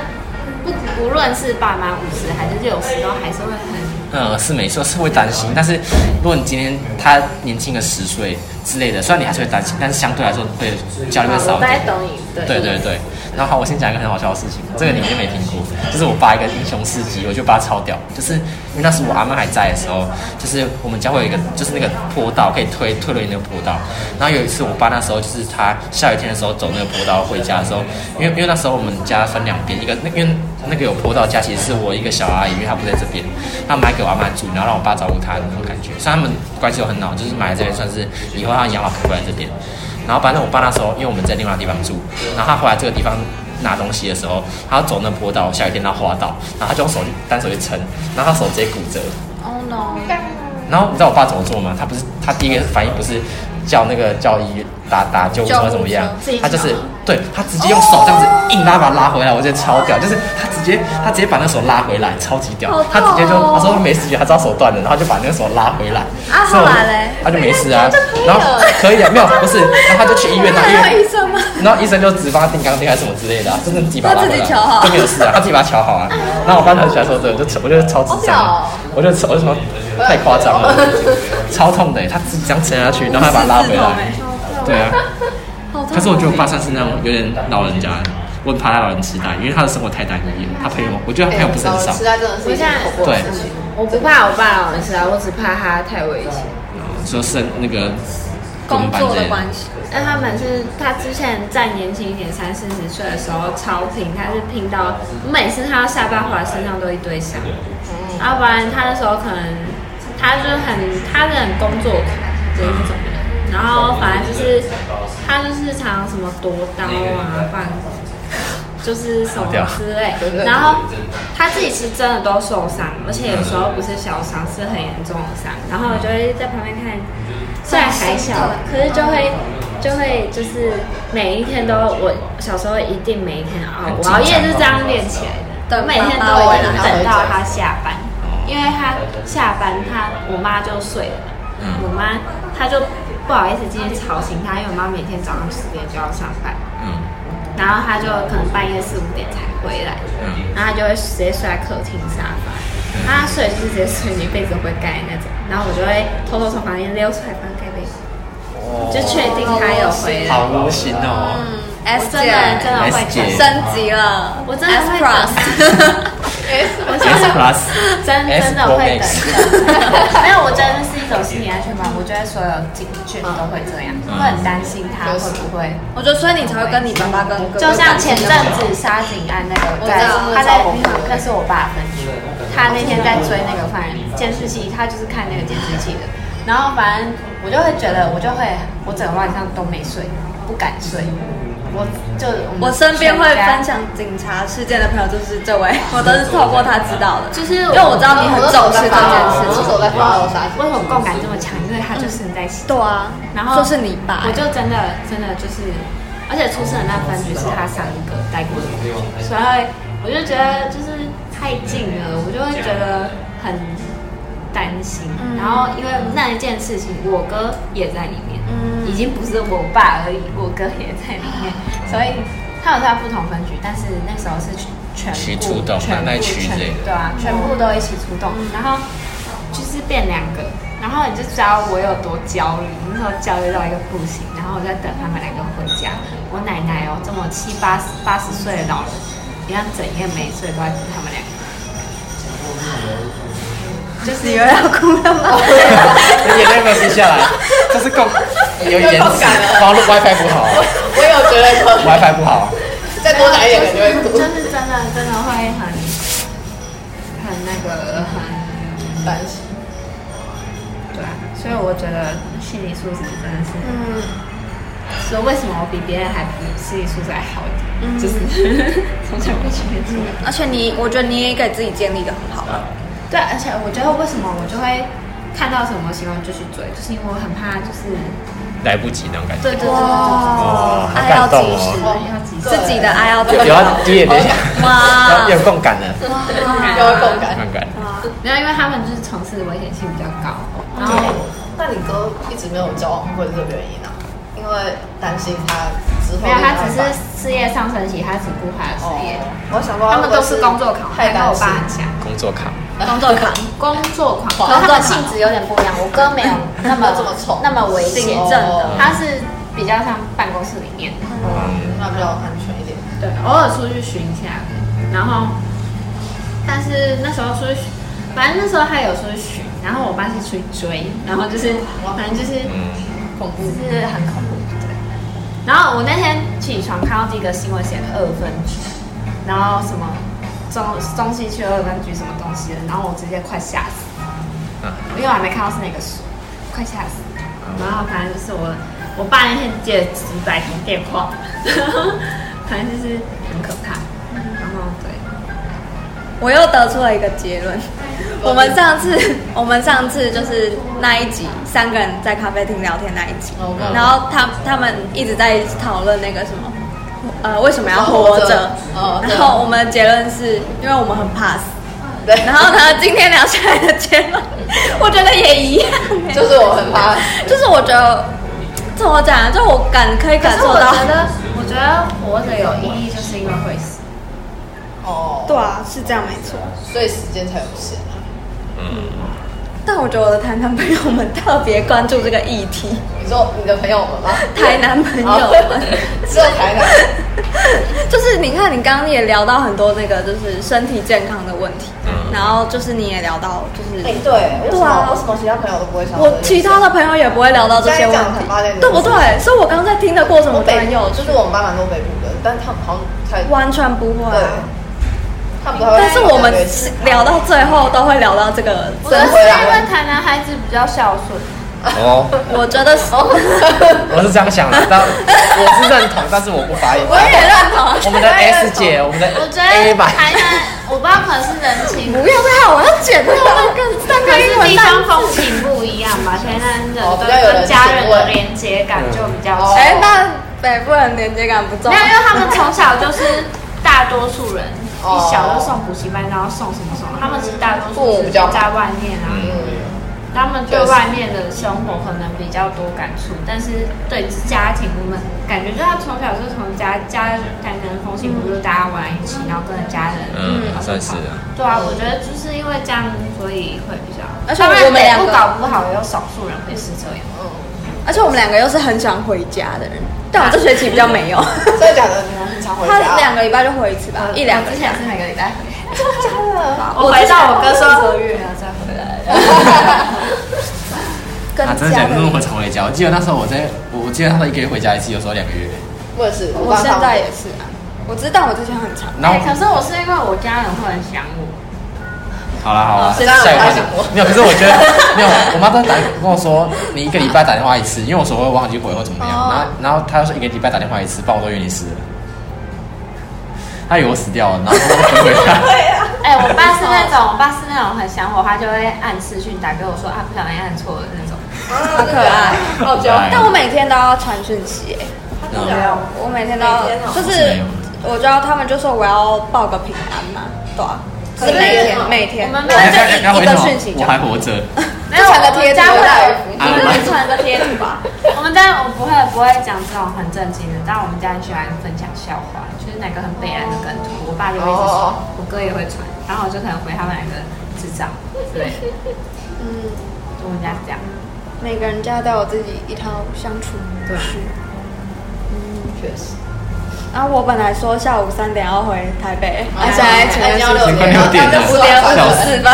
[SPEAKER 5] 不不论是爸妈五十还是六十，都还是会很
[SPEAKER 4] (laughs) 呃，是没错，是会担心。但是如果你今天他年轻个十岁之类的，虽然你还是会担心，但是相对来说对焦虑会少
[SPEAKER 5] 我
[SPEAKER 4] 一
[SPEAKER 5] 在
[SPEAKER 4] 点。
[SPEAKER 5] 懂你对
[SPEAKER 4] 对对对。然后好，我先讲一个很好笑的事情，这个你们就没听过，就是我爸一个英雄事迹，我就把它抄掉。就是因为那时我阿妈还在的时候，就是我们家会有一个，就是那个坡道可以推推轮椅那个坡道。然后有一次我爸那时候就是他下雨天的时候走那个坡道回家的时候，因为因为那时候我们家分两边，一个那因为那个有坡道家其实是我一个小阿姨，因为她不在这边，她买给我阿妈住，然后让我爸照顾她的那种感觉。所以他们关系又很好，就是买来这边算是以后她养老可以过来这边。然后反正我爸那时候，因为我们在另外地方住，然后他回来这个地方拿东西的时候，他要走那坡道，下雨天他滑倒，然后他就用手去单手去撑，然后他手直接骨折。
[SPEAKER 5] ，Oh no，
[SPEAKER 4] 然后你知道我爸怎么做吗？他不是他第一个反应不是叫那个叫医打打救护车怎么样
[SPEAKER 2] 救护车，
[SPEAKER 4] 他就是对他直接用手这样子硬拉把他拉回来，我觉得超屌，就是他直接他直接把那手拉回来，超级屌，他直接就他说没事觉，他知道手断了，然后就把那个手拉回来，
[SPEAKER 2] 啊
[SPEAKER 4] 所以我
[SPEAKER 2] 后来嘞
[SPEAKER 4] 他就没事啊，然后可以啊，没有不是，然后他就去医院， (laughs) 那医院
[SPEAKER 2] 医生吗？
[SPEAKER 4] 然后医生就只帮他钉钢钉还是什么之类的、啊，真的自己把它
[SPEAKER 2] 他自己调好
[SPEAKER 4] 就没
[SPEAKER 2] (laughs)
[SPEAKER 4] 有事啊，他自己把它调好啊。然后我班同学说这个，就我觉得超智障的，
[SPEAKER 2] 哦
[SPEAKER 4] 我就我就说太夸
[SPEAKER 2] (laughs)
[SPEAKER 4] 张了，超痛的欸，他自己这样撑下去，然后还把他拉回
[SPEAKER 2] 欸
[SPEAKER 4] 来，对啊。可是我觉得我爸算是那种有点老人家的，我很怕他老人痴呆，因为他的生活太单一了，他朋友我觉得他朋友不是很
[SPEAKER 3] 老
[SPEAKER 4] 少
[SPEAKER 2] 哎
[SPEAKER 3] 人，痴呆真的是一件恐怖的事情。
[SPEAKER 7] 我不怕我爸老人痴呆，我只怕他太危险。
[SPEAKER 4] 说是那个我
[SPEAKER 2] 工
[SPEAKER 4] 们班
[SPEAKER 2] 作
[SPEAKER 4] 之
[SPEAKER 2] 的
[SPEAKER 4] 类的
[SPEAKER 2] 关。系，
[SPEAKER 5] 但他们是他之前再年轻一点，三四十岁的时候超拼，他是拼到我每次看到下巴滑身上都一堆伤，要、不然他那时候可能他就是很他是很工作狂这一种人，然后反正就是他就是常常什么夺刀啊，放就是什么之类，然后他自己是真的都受伤，而且有时候不是小伤，是很严重的伤，然后我就会在旁边看。虽然还小，可是就会就会就是每一天都，我小时候一定每一天熬，我熬夜是这样练起来的，每天都一定等到他下班，因为他下班他我妈就睡了，我妈她就不好意思进去吵醒她，因为我妈每天早上十点就要上班，
[SPEAKER 4] 嗯
[SPEAKER 5] 然后她就可能半夜四五点才回来，
[SPEAKER 4] 嗯
[SPEAKER 5] 然后他就会直接睡在客厅沙发，他睡就是直接睡你被子会盖那种，然后我就会偷偷从房间溜出来帮他盖被子，就确定他有回来。哎
[SPEAKER 4] 好无形哦。
[SPEAKER 2] 嗯，S
[SPEAKER 5] 真的真
[SPEAKER 2] 姐
[SPEAKER 5] 的会
[SPEAKER 4] S 姐
[SPEAKER 2] 升级了，
[SPEAKER 5] 我真的会
[SPEAKER 2] S
[SPEAKER 5] 等
[SPEAKER 2] Plus，
[SPEAKER 5] (laughs) 我真
[SPEAKER 4] S (laughs)
[SPEAKER 5] 的
[SPEAKER 4] Plus，
[SPEAKER 5] 真真的
[SPEAKER 4] Pro
[SPEAKER 5] 会
[SPEAKER 4] Max
[SPEAKER 5] 等的， (laughs) 没有，我觉得这是一种心理安全感。我觉得所有警犬都会这
[SPEAKER 4] 嗯
[SPEAKER 5] 样，会很担心他会不会。
[SPEAKER 2] 我觉得所以你才会跟你爸爸跟哥哥
[SPEAKER 5] 就像前阵子沙井案那个，在他在那是我爸分局，他那天在追那个犯人监视器，他就是看那个监视器的。然后反正我就会觉得，我就会我整个晚上都没睡，不敢睡。我就
[SPEAKER 2] 我身边会分，享警察事件的朋友就是这位，我都是透过他知道的，
[SPEAKER 5] 就是
[SPEAKER 2] 因为我知道你很重视这件
[SPEAKER 3] 我
[SPEAKER 2] 事
[SPEAKER 3] 那时
[SPEAKER 2] 情。
[SPEAKER 3] 候在发楼啥？
[SPEAKER 5] 为什么共感这么强？因为他就身在西
[SPEAKER 2] 对啊，
[SPEAKER 6] 哦
[SPEAKER 5] 然后
[SPEAKER 2] 就是你爸
[SPEAKER 5] 我，就真的真的就是，而且出事的那分局是他上一个待过的分局，所以我就觉得就是太近了，我就会觉得很担心。然后因为那一件事情，我哥也在里面，已经不是我爸而已，我哥也在里面，所以他有在不同分局，但是那时候是全
[SPEAKER 4] 一起
[SPEAKER 5] 部
[SPEAKER 4] 出动
[SPEAKER 5] 全部
[SPEAKER 4] 那一嗯区
[SPEAKER 5] 全
[SPEAKER 4] 之类的
[SPEAKER 5] 对啊，全部都一起出动，然后。就是变两个，然后你就知道我有多焦虑，那时候焦虑到一个不行，然后我在等他们两个回家。我奶奶哦，这么七八十八十岁的老人，一样整夜没睡都在等他们两个。就是
[SPEAKER 2] 你又
[SPEAKER 5] 有
[SPEAKER 2] 要哭了吗？
[SPEAKER 4] 眼泪没有滴下来，这是共有颜
[SPEAKER 3] 有
[SPEAKER 4] 值
[SPEAKER 3] 感，了
[SPEAKER 4] 网络 WiFi 不
[SPEAKER 8] 啊
[SPEAKER 4] 好
[SPEAKER 3] 我我有觉得可以，
[SPEAKER 4] ，WiFi 不好，
[SPEAKER 3] 再多拿一点可能就会
[SPEAKER 5] 就
[SPEAKER 3] 哭。
[SPEAKER 5] 是真的真的会很很那个很
[SPEAKER 3] 担心，
[SPEAKER 5] 对啊，所以我觉得心理素质真的是，
[SPEAKER 2] 嗯，
[SPEAKER 5] 所以为什么我比别人还比心理素质还好一点，就是从小被训练出来。
[SPEAKER 2] 而且你，我觉得你也给自己建立一个很好的，
[SPEAKER 5] 对，而且我觉得为什么我就会看到什么喜欢就去追，就是因为我很怕就是
[SPEAKER 8] 来不及那种感觉。
[SPEAKER 5] 对对对对
[SPEAKER 8] 哇好
[SPEAKER 2] 哇，爱
[SPEAKER 8] 感
[SPEAKER 2] 要及
[SPEAKER 8] 动
[SPEAKER 2] 时，
[SPEAKER 8] 哦！
[SPEAKER 5] 要及时。
[SPEAKER 2] 自己的爱要及
[SPEAKER 8] 有要
[SPEAKER 2] 时，
[SPEAKER 8] 滴眼泪下，
[SPEAKER 2] 哇
[SPEAKER 8] 要有共感了，
[SPEAKER 3] 就会共感。
[SPEAKER 8] 共感。
[SPEAKER 5] 没有，因为他们就是从事的危险性比较高，然后
[SPEAKER 3] 那你哥一直没有交往过这个原因呢？因为担心他之后
[SPEAKER 5] 没有，他只
[SPEAKER 3] 没办
[SPEAKER 5] 是
[SPEAKER 3] 法
[SPEAKER 5] 事业上升期，他只顾他的事业。
[SPEAKER 3] 哦，我想说
[SPEAKER 5] 他
[SPEAKER 3] 会不
[SPEAKER 5] 们
[SPEAKER 3] 会
[SPEAKER 5] 都是工作狂，
[SPEAKER 3] 太
[SPEAKER 5] 还跟
[SPEAKER 3] 担
[SPEAKER 5] 我
[SPEAKER 3] 心
[SPEAKER 5] 爸很像，
[SPEAKER 8] 工作卡，
[SPEAKER 2] 工作卡，
[SPEAKER 5] 工作狂，可是他们性质有点不一样。我哥没有那么
[SPEAKER 3] 这么宠
[SPEAKER 5] 哦那么危险
[SPEAKER 2] 行政，的
[SPEAKER 5] 他是比较像办公室里面的，
[SPEAKER 8] 嗯，
[SPEAKER 3] 那比较安全一点。
[SPEAKER 5] 对，偶尔出去巡一下，然后，但是那时候出去巡，反正那时候他有出去巡，然后我爸是出去追，然后就是反正就是
[SPEAKER 8] 嗯，
[SPEAKER 5] 恐怖，是很恐怖，对。然后我那天起床看到第一个新闻写二分局，然后什么中中西区二分局什么东西的，然后我直接快吓死，
[SPEAKER 8] 嗯
[SPEAKER 5] 因为我还没看到是哪个书，快吓死。然后反正就是我我爸那天接了几百通电话， (laughs) 然后反正就是很可怕。然后对，
[SPEAKER 2] 我又得出了一个结论。我们上次， (laughs) 我们上次就是那一集，三个人在咖啡厅聊天那一集，然后他他们一直在讨论那个什么，呃，为什么要活
[SPEAKER 3] 活
[SPEAKER 2] 着
[SPEAKER 3] 着？哦对
[SPEAKER 2] 然后我们结论是因为我们很怕死。
[SPEAKER 3] 对，
[SPEAKER 2] 然后呢，今天聊下来的结论， (laughs) 我觉得也一样、
[SPEAKER 3] 就是我很怕，
[SPEAKER 2] 就是我觉得怎么讲啊，就我感可以
[SPEAKER 5] 可
[SPEAKER 2] 感
[SPEAKER 5] 是
[SPEAKER 2] 受
[SPEAKER 5] 我
[SPEAKER 2] 到，
[SPEAKER 5] 觉得我觉得活着有意义，就是因为会死。
[SPEAKER 3] 哦，
[SPEAKER 2] 对啊，是这样没错。
[SPEAKER 3] 所以时间才有限啊。
[SPEAKER 2] 但我觉得我的台南朋友们特别关注这个议题，
[SPEAKER 3] (laughs) 你说你的朋友们吗？
[SPEAKER 2] 台南朋友
[SPEAKER 3] 哦
[SPEAKER 2] 们，
[SPEAKER 3] 只有台南。
[SPEAKER 2] (laughs) 就是你看，你刚刚也聊到很多那个就是身体健康的问题，然后就是你也聊到就是
[SPEAKER 3] 哎，对，为什
[SPEAKER 2] 对
[SPEAKER 3] 么
[SPEAKER 2] 啊
[SPEAKER 3] 为什么其他朋友都不会想？
[SPEAKER 2] 我其他的朋友也不会聊到这些问
[SPEAKER 3] 你现在讲
[SPEAKER 2] 题
[SPEAKER 3] 很八点，多
[SPEAKER 2] 对不对？所以我刚刚在听的过程，
[SPEAKER 3] 我
[SPEAKER 2] 我
[SPEAKER 3] 北
[SPEAKER 2] 朋友
[SPEAKER 3] 就
[SPEAKER 2] 就是
[SPEAKER 3] 我们班蛮多北部的，但他们好像太
[SPEAKER 2] 完全不会啊、
[SPEAKER 3] 对，他们不太会。
[SPEAKER 2] 但是我们
[SPEAKER 3] 对是
[SPEAKER 2] 聊到最后都会聊到这个，
[SPEAKER 5] 我觉得是因为台南孩子比较孝顺。
[SPEAKER 8] 哦，
[SPEAKER 2] 我觉
[SPEAKER 3] (laughs)
[SPEAKER 2] 得是，
[SPEAKER 8] 我是这样想的，但我是认同，但是我不发言。
[SPEAKER 2] 也认同。
[SPEAKER 8] 我们的 S 姐，我们的
[SPEAKER 5] 我觉得
[SPEAKER 8] A 版，
[SPEAKER 5] 台南， (laughs) 我不知道可能是人情，
[SPEAKER 2] 不要再好，我要剪掉那个三个
[SPEAKER 5] 可
[SPEAKER 2] 英
[SPEAKER 5] 是地
[SPEAKER 2] 文
[SPEAKER 5] 方
[SPEAKER 2] 单
[SPEAKER 5] 风情不一样吧？台南人
[SPEAKER 3] 哦比较有人
[SPEAKER 5] 对跟
[SPEAKER 3] 情
[SPEAKER 5] 家人的
[SPEAKER 3] 味
[SPEAKER 5] 连接感就比较
[SPEAKER 2] (laughs)
[SPEAKER 3] 哦
[SPEAKER 5] 强。
[SPEAKER 2] 哎，那北部人连接感不重
[SPEAKER 5] 没有，因为他们从小就是大多数人
[SPEAKER 2] 哦
[SPEAKER 5] 一小就送补习班，然后送什么什么，他们是大多
[SPEAKER 3] 父母
[SPEAKER 5] 数
[SPEAKER 3] 比
[SPEAKER 5] 是
[SPEAKER 3] 较
[SPEAKER 5] 在外面啊，
[SPEAKER 2] 嗯
[SPEAKER 5] 他们对外面的生活可能比较多感触，但是对家庭，我们感觉就他从小就从家家台南风情，不是大家玩一起，然后跟着家人，
[SPEAKER 8] 嗯
[SPEAKER 5] 跑跑
[SPEAKER 8] 算是
[SPEAKER 5] 跑
[SPEAKER 8] 啊
[SPEAKER 5] 对啊，我觉得就是因为这样，所以会比较。
[SPEAKER 2] 而且
[SPEAKER 5] 当然
[SPEAKER 2] 我们两个
[SPEAKER 5] 北部搞不好，也有少数人会是这样。
[SPEAKER 2] 而且我们两个又是很想回家的人，但我这学期比较没有，
[SPEAKER 3] 真的假的？你们很常回家？
[SPEAKER 2] 他两个礼拜就回一次吧，一两个
[SPEAKER 5] 我
[SPEAKER 2] 礼
[SPEAKER 5] 之
[SPEAKER 2] 拜
[SPEAKER 5] 前。是每个礼拜回，
[SPEAKER 3] 真的
[SPEAKER 5] (laughs) 我回到我哥说个月还要再回来。
[SPEAKER 2] 跟 (laughs)
[SPEAKER 8] 啊，真的
[SPEAKER 2] 家
[SPEAKER 8] 假的？
[SPEAKER 2] 的
[SPEAKER 8] 那么常回家，我记得那时候我在，我我记得他们一个月回家一次，有时候两个月。
[SPEAKER 3] 我也是，
[SPEAKER 2] 我
[SPEAKER 3] 爸
[SPEAKER 2] 现
[SPEAKER 3] 妈
[SPEAKER 2] 在也是啊，我知道我之前很长，
[SPEAKER 8] 然后
[SPEAKER 5] 哎可是我是因为我家人会很想我，
[SPEAKER 8] 好啦好啦，啊
[SPEAKER 3] 现在我
[SPEAKER 8] 下一
[SPEAKER 3] 还
[SPEAKER 8] 个
[SPEAKER 3] 想过
[SPEAKER 8] 没有，可是我觉得 (laughs) 没有，我妈都打跟我说，你一个礼拜打电话一次，因为我所谓忘记回或怎么样，然后然后她说一个礼拜打电话一次，不然我都以为你死了，她以为我死掉了，然后我回家，
[SPEAKER 5] 哎、我爸是那种，
[SPEAKER 2] (laughs)
[SPEAKER 5] 我爸是那种很想我，他就会按视讯打给我说啊，不小心按错了那种。
[SPEAKER 2] 好可爱。
[SPEAKER 3] 好久，
[SPEAKER 8] 哎
[SPEAKER 2] 但我每天都要传讯息、欸，
[SPEAKER 8] 嗯
[SPEAKER 2] 我每天都要
[SPEAKER 3] 每天哦，
[SPEAKER 2] 就是我知道他们就说我要报个平安嘛，对啊，可是每天每天，
[SPEAKER 5] 我们没有
[SPEAKER 2] 然后
[SPEAKER 8] 刚刚刚哎回什
[SPEAKER 2] (laughs) 就一一个
[SPEAKER 8] 么
[SPEAKER 2] 讯息就
[SPEAKER 8] 我还活着，
[SPEAKER 5] 没有，
[SPEAKER 2] 传个贴图
[SPEAKER 5] 我们家会
[SPEAKER 2] 你
[SPEAKER 8] 啊
[SPEAKER 2] 自己传个贴图吧。
[SPEAKER 5] 我们家我不会不会讲这种很正经的，但我们家很喜欢分享笑话，就是哪个很悲哀的梗图，我爸就会一直
[SPEAKER 2] 哦
[SPEAKER 5] 传，我哥也会传，然后我就可能回他们两个智障之类的。
[SPEAKER 2] (laughs) 嗯，
[SPEAKER 5] 我们家是这样，
[SPEAKER 2] 每个人家都有自己一套相处模式。
[SPEAKER 3] 确实。
[SPEAKER 2] 然后我本来说下午三点要回台北，
[SPEAKER 3] 哎
[SPEAKER 2] 啊，现在前面
[SPEAKER 3] 要六
[SPEAKER 2] 是
[SPEAKER 3] 点，
[SPEAKER 8] 六点了
[SPEAKER 2] 五点五
[SPEAKER 8] 笑
[SPEAKER 2] 十
[SPEAKER 8] 死
[SPEAKER 2] 四分，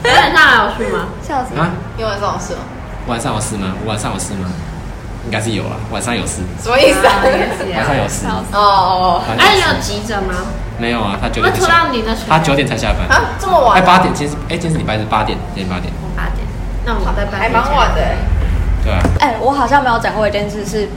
[SPEAKER 5] 你晚上还有去吗？
[SPEAKER 2] 笑死！
[SPEAKER 8] 啊，
[SPEAKER 3] 因为这种事吗？
[SPEAKER 4] 晚上有事吗？晚上有事吗？应该是有
[SPEAKER 8] 啊
[SPEAKER 4] 了，晚上有事，
[SPEAKER 3] 什么意思啊？
[SPEAKER 4] 晚上有事，
[SPEAKER 3] 哦哦
[SPEAKER 4] 晚上
[SPEAKER 5] 哎，
[SPEAKER 4] 有
[SPEAKER 5] 你
[SPEAKER 4] 事
[SPEAKER 5] 有急着吗？
[SPEAKER 4] 没有啊，他九
[SPEAKER 5] 会
[SPEAKER 4] 点才
[SPEAKER 5] 拖
[SPEAKER 4] 下
[SPEAKER 5] 到你的水
[SPEAKER 4] 他九点才下班
[SPEAKER 3] 哦，，啊，这么
[SPEAKER 4] 哎
[SPEAKER 3] 晚，
[SPEAKER 4] 八点，今天是哎今天是礼拜日八点，今天八点，
[SPEAKER 5] 八点，那我在八点
[SPEAKER 3] 还蛮晚的欸，
[SPEAKER 4] 对啊，
[SPEAKER 2] 哎、我好像没有讲过一件事是，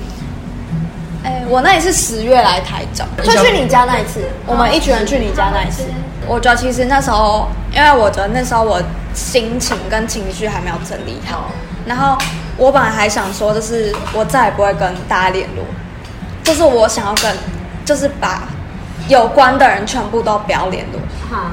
[SPEAKER 2] 哎、我那也是十月来台中，就去你家那一次，我们一群人去你家那一次。我觉得其实那时候，因为我觉得那时候我心情跟情绪还没有整理好，然后我本来还想说，就是我再也不会跟大家联络，就是我想要跟，就是把有关的人全部都不要联络。
[SPEAKER 5] 哈，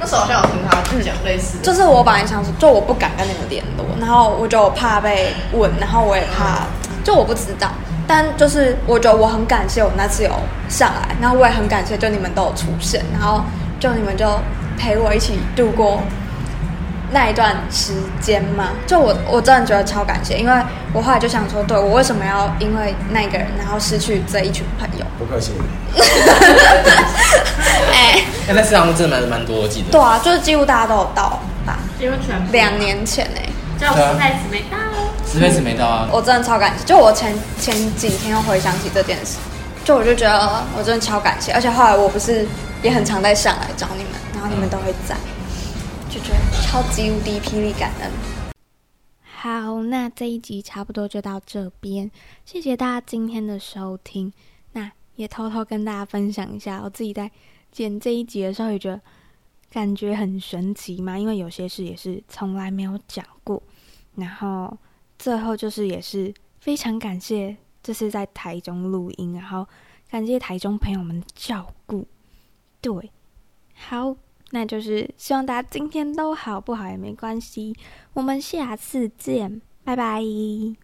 [SPEAKER 3] 那时候好像有听他讲类似的，
[SPEAKER 2] 就是我本来想说，就我不敢跟你们联络，然后我就怕被问，然后我也怕，就我不知道。但就是我觉得我很感谢我那次有上来，然后我也很感谢就你们都有出现，然后就你们就陪我一起度过那一段时间嘛。就我我真的觉得超感谢，因为我后来就想说，对我为什么要因为那个人然后失去这一群朋友？
[SPEAKER 4] 不客气。
[SPEAKER 2] 哎、
[SPEAKER 4] 哎，那次好像真的蛮蛮多，我记得
[SPEAKER 2] 对。啊，就是几乎大家都有到吧，
[SPEAKER 5] 几乎全部
[SPEAKER 2] 两，年前哎、
[SPEAKER 5] 教室在姊妹到，
[SPEAKER 4] 十辈子没到啊，
[SPEAKER 2] 我真的超感谢，就我前前几天又回想起这件事，就我就觉得我真的超感谢，而且后来我不是也很常在上来找你们，然后你们都会在，就觉得超级无敌霹雳感恩。
[SPEAKER 1] 好，那这一集差不多就到这边，谢谢大家今天的收听。那也偷偷跟大家分享一下，我自己在剪这一集的时候也觉得感觉很神奇嘛，因为有些事也是从来没有讲过。然后最后就是也是非常感谢，这是在台中录音，然后感谢台中朋友们的照顾。对，好，那就是希望大家今天都好，不好也没关系。我们下次见，拜拜。